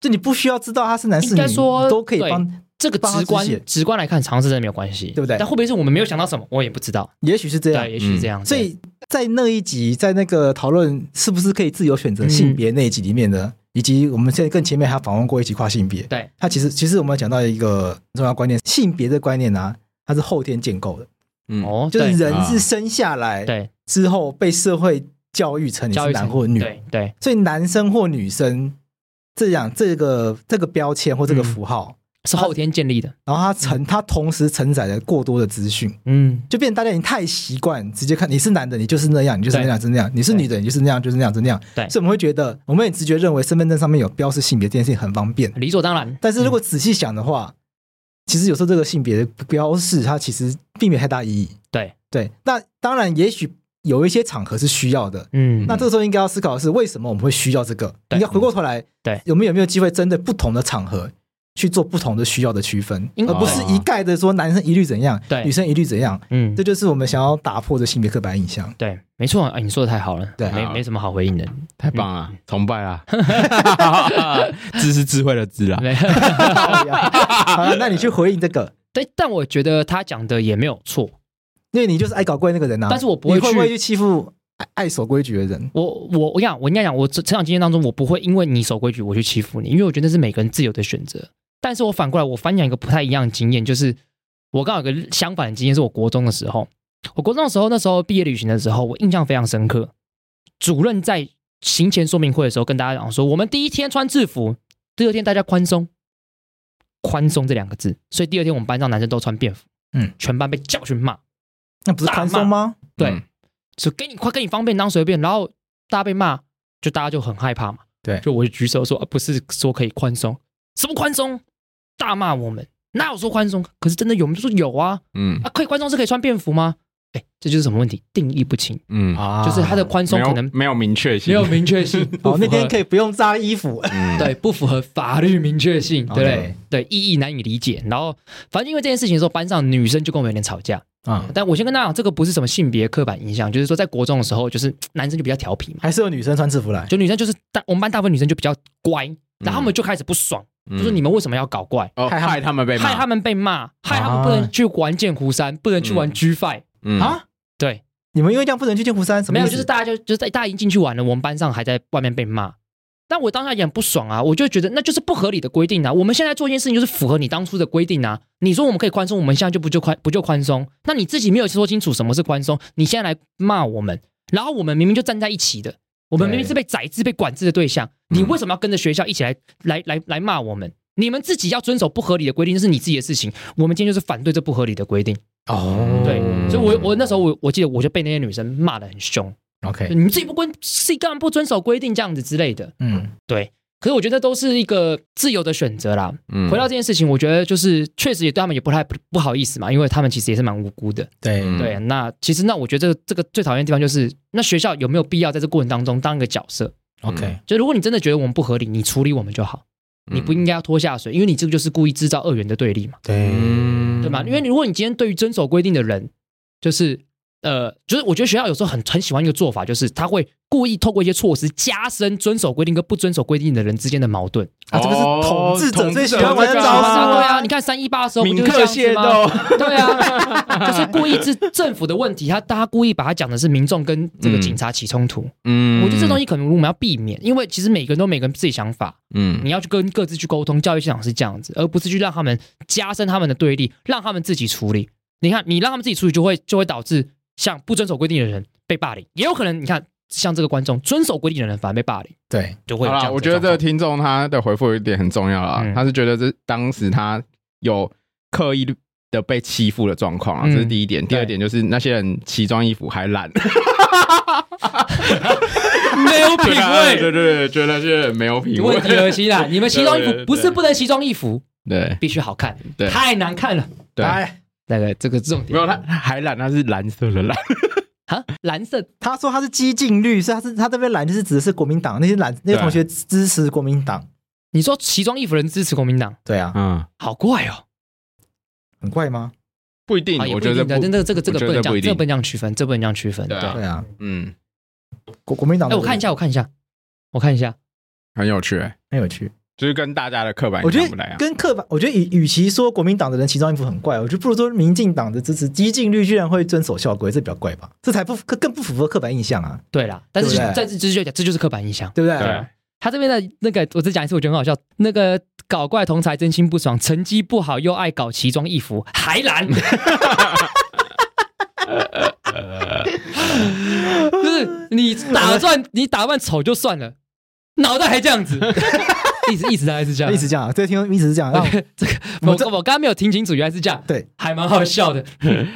S3: 就你不需要知道他是男是
S2: 应
S3: 女，
S2: 该说
S3: 你都可以
S2: 对
S3: 帮。
S2: 这个
S3: 帮他
S2: 直观
S3: 止血
S2: 直观来看，常常是真的没有关系，
S3: 对不对
S2: 但会不会是我们没有想到什么？我也不知道，
S3: 也许是这样
S2: 对，，也许是这样。
S3: 嗯所以在那一集，在那个讨论是不是可以自由
S2: 嗯
S3: 选择性别那一集里面的，以及我们现在更前面还访问过一集跨性别，
S2: 对，
S3: 它其实其实我们讲到一个重要观念，性别的观念啊，它是后天建构的，
S4: 嗯
S2: 对，哦，
S3: 就是
S2: 对
S3: 人是生下来
S2: 对
S3: 之后被社会教育成你
S2: 教
S3: 是
S2: 育
S3: 男
S2: 成
S3: 或女，
S2: 对对，
S3: 所以男生或女生这样这个这个标签或这个符号，
S2: 是后天建立的。
S3: 然后它承它同时承载了过多的资讯。
S2: 嗯，
S3: 就变成大家已经太习惯直接看你是男的，你就是那样，你就是那样，就是那样；你是女的，你就是那样，就是那样，就是那样。
S2: 对
S3: 所以我们会觉得，我们也直觉认为身份证上面有标示性别这件事情很方便。
S2: 嗯理所当然。
S3: 但是如果仔细想的话，其实有时候这个性别的标示，它其实并没有太大意义。
S2: 对，
S3: 对，那当然，也许有一些场合是需要的。
S2: 嗯，
S3: 那这个时候应该要思考的是，为什么我们会需要这个？
S2: 对
S3: 应该回过头来，
S2: 对
S3: 我们有没有机会针对不同的场合去做不同的需要的区分，
S2: 应
S3: 而不是一概的说男生一律怎样，
S2: 哦对
S3: 女生一律怎样。
S2: 嗯
S3: 这，就是我们想要打破的性别刻板印象。
S2: 对，没错，哎，你说的太好了，
S3: 对啊
S2: 没
S4: 好
S2: 没什么好回应的，
S4: 太棒了，
S2: 嗯
S4: 崇 拜啊！智是智慧的智 啦。
S2: 没。
S3: 好了，那你去回应这个，
S2: 对，但我觉得他讲的也没有错，
S3: 因为你就是爱搞怪那个人啊。
S2: 但是我不会
S3: 你会不会
S2: 去
S3: 去欺负爱爱守规矩的人？
S2: 我我我跟你讲，我应该讲，我成成长经验当中，我不会因为你守规矩我去欺负你，因为我觉得那是每个人自由的选择。但是我反过来，我翻讲一个不太一样的经验，就是我刚好有个相反的经验，是我国中的时候，我国中的时候，那时候毕业旅行的时候，我印象非常深刻。主任在行前说明会的时候跟大家讲说，我们第一天穿制服，第二天大家宽松，宽松这两个字，所以第二天我们班上男生都穿便服，
S3: 嗯，
S2: 全班被教训骂，
S3: 那不是宽松吗？
S2: 对，
S4: 嗯
S2: 就给你快给你方便当随便，然后大家被骂，就大家就很害怕嘛。
S3: 对
S2: 就我就举手说，啊、不是说可以宽松，什么宽松？大骂我们，哪有说宽松？可是真的有，我们就说有啊，
S4: 嗯
S2: 啊，可以宽松是可以穿便服吗？哎，这就是什么问题？定义不清，
S4: 嗯，
S3: 啊
S2: 就是它的宽松
S4: 没有
S2: 可能
S4: 没有明确性，
S2: 没有明确性。 不
S3: 哦，那
S2: 符合
S3: 天可以不用扎 衣服，
S4: 嗯，
S2: 对，不符合法律明确性，对不对
S3: OK？
S2: 哦对，意义难以理解。然后，反正因为这件事情的时候，班上女生就跟我有点吵架。
S3: 啊，
S2: 但我先跟大家讲，这个不是什么性别刻板印象，就是说在国中的时候，就是男生就比较调皮嘛，
S3: 还是有女生穿制服来，
S2: 就女生就是大我们班大部分女生就比较乖，然后他们就开始不爽，
S4: 嗯
S2: 就说你们为什么要搞怪？
S4: 哦，
S3: 害他们
S4: 害他们被骂，啊
S2: 害他们被骂，害他们不能去玩剑湖山，不能去玩
S4: 嗯
S2: G Five。
S4: 们
S3: 啊
S2: 对，
S3: 你们因为这样不能去剑湖山，什么
S2: 没
S3: 意
S2: 有，
S3: 思？
S2: 就是大家就就是大家已经进去玩了，我们班上还在外面被骂。但我当下也很不爽啊，我就觉得那就是不合理的规定啊。我们现在做一件事情就是符合你当初的规定啊。你说我们可以宽松，我们现在就不就宽不就宽松？那你自己没有说清楚什么是宽松，你现在来骂我们，然后我们明明就站在一起的，我们明明是被宰制、被管制的对象，
S3: 嗯
S2: 你为什么要跟着学校一起来来来来骂我们？你们自己要遵守不合理的规定，这是你自己的事情。我们今天就是反对这不合理的规定。
S3: 哦，
S2: 对，
S4: 嗯
S2: 所以我我那时候我我记得我就被那些女生骂得很凶。
S3: ，OK，
S2: 你们自己不遵，自己干嘛不遵守规定这样子之类的？
S3: 嗯，
S2: 对，可是我觉得都是一个自由的选择啦。
S4: 嗯
S2: 回到这件事情，我觉得就是确实也对他们也不太不不好意思嘛，因为他们其实也是蛮无辜的。
S3: 对，
S4: 嗯
S2: 对，那其实那我觉得这个这个最讨厌的地方就是，那学校有没有必要在这过程当中当一个角色？
S3: OK，
S2: 就如果你真的觉得我们不合理，你处理我们就好，你
S4: 嗯
S2: 不应该要拖下水，因为你这个就是故意制造二元的对立嘛。
S3: 对
S4: 嗯
S2: 对吗？因为如果你今天对于遵守规定的人，就是呃，就是我觉得学校有时候很很喜欢一个做法，就是他会故意透过一些措施加深遵守规定跟不遵守规定的人之间的矛盾。
S3: 啊，这个是统治者最喜欢玩的
S4: 对
S3: 招
S4: 啊
S3: 数
S2: 啊，
S3: 啊，
S2: 对啊，你看三一八的时候不
S4: 民
S2: 就是这
S4: 客
S2: 样子
S4: 械
S2: 吗？
S4: 斗，
S2: 对 啊，就是故意是政府的问题，他他故意把它讲的是民众跟这个警察起冲突。
S4: 嗯
S2: 我觉得这东西可能我们要避免，因为其实每个人都有每个人自己想法，
S4: 嗯
S2: 你要去跟各自去沟通，教育市场是这样子，而不是去让他们加深他们的对立，让他们自己处理。你看，你让他们自己处理，就会就会导致像不遵守规定的人被霸凌，也有可能你看像这个观众遵守规定的人反而被霸凌，
S3: 对，
S2: 就会
S4: 好
S2: 有这样
S4: 啦，
S2: 子
S4: 我
S2: 的
S4: 觉得这
S2: 状
S4: 个
S2: 况
S4: 听众他的回复有一点很重要啦，
S2: 嗯
S4: 他是觉得这当时他有刻意的被欺负的状况啊，
S2: 嗯
S4: 这是第一点。第二
S2: 对
S4: 点就是那些人奇装异服还 懒，
S2: 没有品
S4: 对啊对
S2: 味。
S4: 对对，觉得那些人没有品
S2: 问题核
S4: 味，
S2: 心啦，你们西装衣
S4: 对对
S2: 服
S4: 对
S2: 不是不能西装衣服，
S4: 对
S2: 必须好看，
S4: 对
S2: 太难看了。
S4: 对，
S3: 哎，
S2: 那个这个重
S4: 没
S2: 点
S4: 有他他还懒，他是蓝色的懒，
S2: 啊，蓝色
S3: 他说他是激进绿，是他是他这边蓝，就是指的是国民党那些蓝那些同学支持国民党，
S2: 你说奇装异服的人支持国民党，
S3: 对啊，
S4: 嗯，
S2: 好怪哦。
S3: 很怪吗？
S4: 不一定
S2: 啊，，也
S4: 我
S2: 不一
S4: 觉得
S2: 定的，真
S4: 不，
S2: 的这个这个
S4: 我
S2: 不
S4: 觉得
S2: 能这
S4: 不一
S2: 样，
S4: 定
S2: 这个不能这样区分，这不能这样区分。
S4: 对
S2: 对
S4: 啊，
S3: 对啊，
S4: 嗯，
S3: 国国民
S2: 哎，
S3: 党的
S2: 我看一下，我看一下，我看一下，
S4: 很有趣，欸
S3: 很有趣，
S4: 就是跟大家的刻板
S3: 我
S4: 印
S3: 觉
S4: 象不太一
S3: 得
S4: 啊样。
S3: 跟刻板，我觉得与与其说国民党的人奇装异服很怪，我觉得不如说民进党的支持激进绿居然会遵守校规，这比较怪吧？这才不更不符合刻板印象啊，
S2: 对啦，但是
S3: 对不对
S2: 在这之前，这就是刻板印象。
S3: 对不对？
S4: 对，啊
S2: 他这边的那个，我再讲一次，我觉得很好笑。那个搞怪同才真心不爽，成绩不好又爱搞奇装异服，还 懒，就是你打算你打扮丑就算了，脑袋还这 样子，一直一直大概是这样，
S3: 一直这样啊，这个听众一直是这样啊，让我
S2: 这个
S3: 我
S2: 我
S3: 们这
S2: 我刚刚没有听清楚，原来是这样，
S3: 对，
S2: 还蛮好笑的。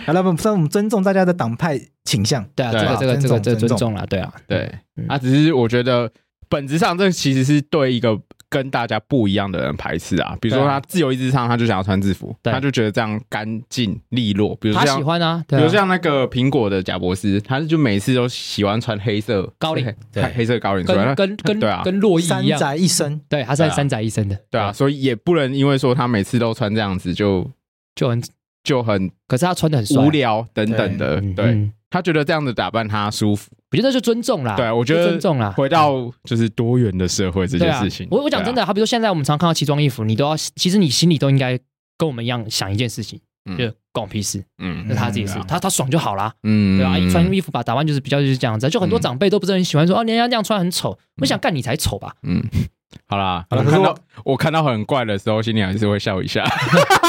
S3: 好了，我们虽然我们尊重大家的党派倾向，
S2: 对啊，
S4: 对
S2: 这
S4: 啊
S2: 个这个这个这个
S3: 尊重
S2: 尊重啦，对啊，
S4: 对
S2: 嗯，
S4: 啊，只是我觉得本质上这其实是对一个跟大家不一样的人排斥啊。比如说
S2: 对啊
S4: 他自由意志上，他就想要穿制服，
S2: 对
S4: 他就觉得这样干净利落。比如
S2: 他
S4: 像
S2: 喜，欢啊，
S4: 比
S2: 对啊
S4: 如像那个苹果的贾博士，他就每次都喜欢穿黑色
S2: 高领，
S3: 对
S4: 黑黑色高领出来。
S2: 跟跟
S4: 那
S2: 跟
S4: 对啊
S2: 跟洛伊
S3: 三
S2: 一样，
S3: 宅一生，
S2: 对，他
S4: 对
S2: 是
S4: 啊
S2: 三宅一生的，
S4: 对啊，，所以也不能因为说他每次都穿这样子就
S2: 就很，
S4: 就很
S2: 可是他穿的很帅啊
S4: 无，聊等等的。
S2: 嗯
S4: 对
S2: 嗯
S4: 他觉得这样子打扮他舒服。
S2: 我觉得就尊重啦，
S4: 对，我觉
S2: 就
S4: 得
S2: 尊重啦，
S4: 回到就是多元的社会这
S2: 对
S4: 件
S2: 啊
S4: 事情，，
S2: 我我讲
S4: 对啊
S2: 真的，好比说现在我们常看到奇装异服，你都要，其实你心里都应该跟我们一样想一件事情，
S4: 嗯
S2: 就关我屁事，
S4: 嗯
S2: 那他自己
S4: 嗯
S2: 是
S4: 对啊
S2: 他他爽就好啦。
S4: 嗯
S2: 对啊，一穿衣服把打扮就是比较就是这样子啊，就很多
S4: 嗯
S2: 长辈都不是很喜欢说哦，你要那样穿很丑。我想干你才丑吧？
S4: 嗯， 好啦，
S3: 好啦可是
S4: 我看
S3: 我
S4: 到我看到很怪的时候，心里还是会笑一下。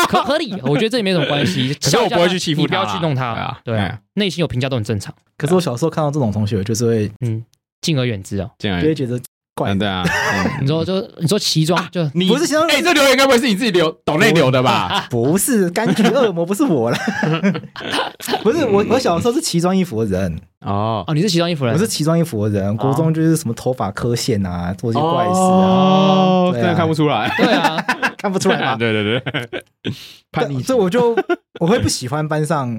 S2: 可 合理，我觉得这也没什么关 系。
S4: 是我
S2: 笑一下
S4: 不会去欺负
S2: 你不
S4: 他
S2: 要
S4: 啦
S2: 去弄
S4: 对啊
S2: 他。对
S4: 哎
S2: 啊
S4: 呀，
S2: 内心有评价都很正常。
S3: 可是我小时候看到这种同学，我就是会
S2: 嗯，敬而远之哦。
S4: 这
S3: 就会
S4: 样，
S3: 觉得怪
S4: 嗯
S3: 的。
S4: 对啊，嗯
S2: 你说就你说奇装就
S4: 你
S3: 不是形容
S4: 哎，这留言该不会是你自己留抖内留的吧？
S3: 不是柑橘恶魔，不是我啦，不是我。我小时候是奇装异服的人，
S4: 哦，
S2: 哦，你是奇装异服人
S3: 我是奇装异服的人。国中就是什么头发磕线啊，做一些怪事啊，
S4: 哦
S3: 对
S4: 真
S3: 啊
S4: 的看不出来，
S2: 对啊，
S3: 看不出来吗？
S4: 对对对，叛逆
S3: 对所以我就我会不喜欢班上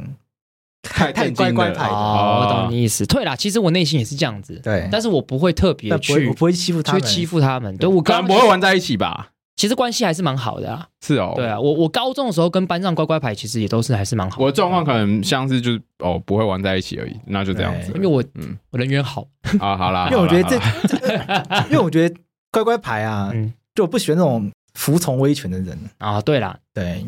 S3: 太太
S4: 震惊
S3: 乖乖
S4: 了
S3: 牌的，
S2: 哦，
S4: 哦
S2: 我懂你意思。对啦，其实我内心也是这样子，
S3: 对
S2: 但是我不会特别
S3: 但不会
S2: 去
S3: 我不会欺负他
S2: 去
S3: 们，
S2: 欺负他们。对我
S4: 可
S2: 跟他
S4: 能
S2: 们
S4: 不会玩在一起吧？
S2: 其实关系还是蛮好的啊。
S4: 是哦，
S2: 对啊，我我高中的时候跟班上乖乖牌其实也都是还是蛮好的
S4: 我的状况可能像是就是哦不会玩在一起而已，那就这样子
S3: 对。
S2: 因为我
S4: 嗯
S2: 我人缘好，
S4: 啊好啦，
S3: 因为我觉得这
S4: 好啦好啦，
S3: 这因为我觉得乖乖牌啊，
S2: 嗯
S3: 就我不喜欢那种服从威权的人。
S2: 啊，对啦，
S3: 对，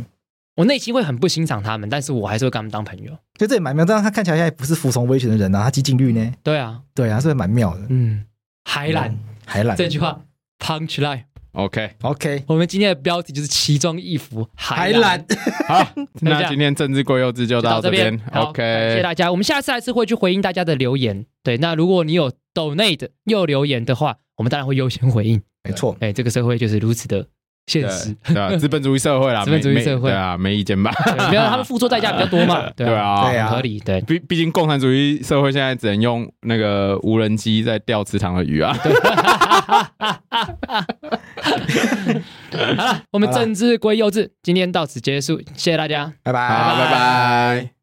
S2: 我内心会很不欣赏他们，但是我还是会跟他们当朋友。
S3: 就这也蛮妙。但是他看起来现在不是服从威权的人啊，他激进率呢？
S2: 对啊，
S3: 对啊，是不是蛮妙的？
S2: 嗯，还懒、
S3: 还懒。
S2: 这句话 punch line，
S4: OK
S3: OK，
S2: 我们今天的标题就是奇装异服还
S3: 还
S2: 懒
S3: 懒。。
S4: 好，
S2: 这样
S4: 那今天政治过幼稚就
S2: 就到
S4: 到
S2: 这
S4: 这
S2: 边
S4: 边。
S2: 好感谢
S4: OK，
S2: 大家。我们下次还是会去回应大家的留言。对，那如果你有 donate 又留言的话，我们当然会优先回应。
S3: 没错，
S2: 哎，这个社会就是如此的现 实，
S4: 对 对啊，资本主义社会啦，
S2: 资本主义
S4: 没没
S2: 社会
S4: 对啊，没意见吧？
S2: 对没有他们付出代价比较多嘛？对
S4: 对啊
S3: 对啊
S2: 很合理。 对，
S4: 毕毕竟共产主义社会现在只能用那个无人机在钓池塘的鱼啊。
S2: 好了，我们政治归幼稚，今天到此结束，谢谢大家。
S3: 拜拜
S4: 好，拜拜。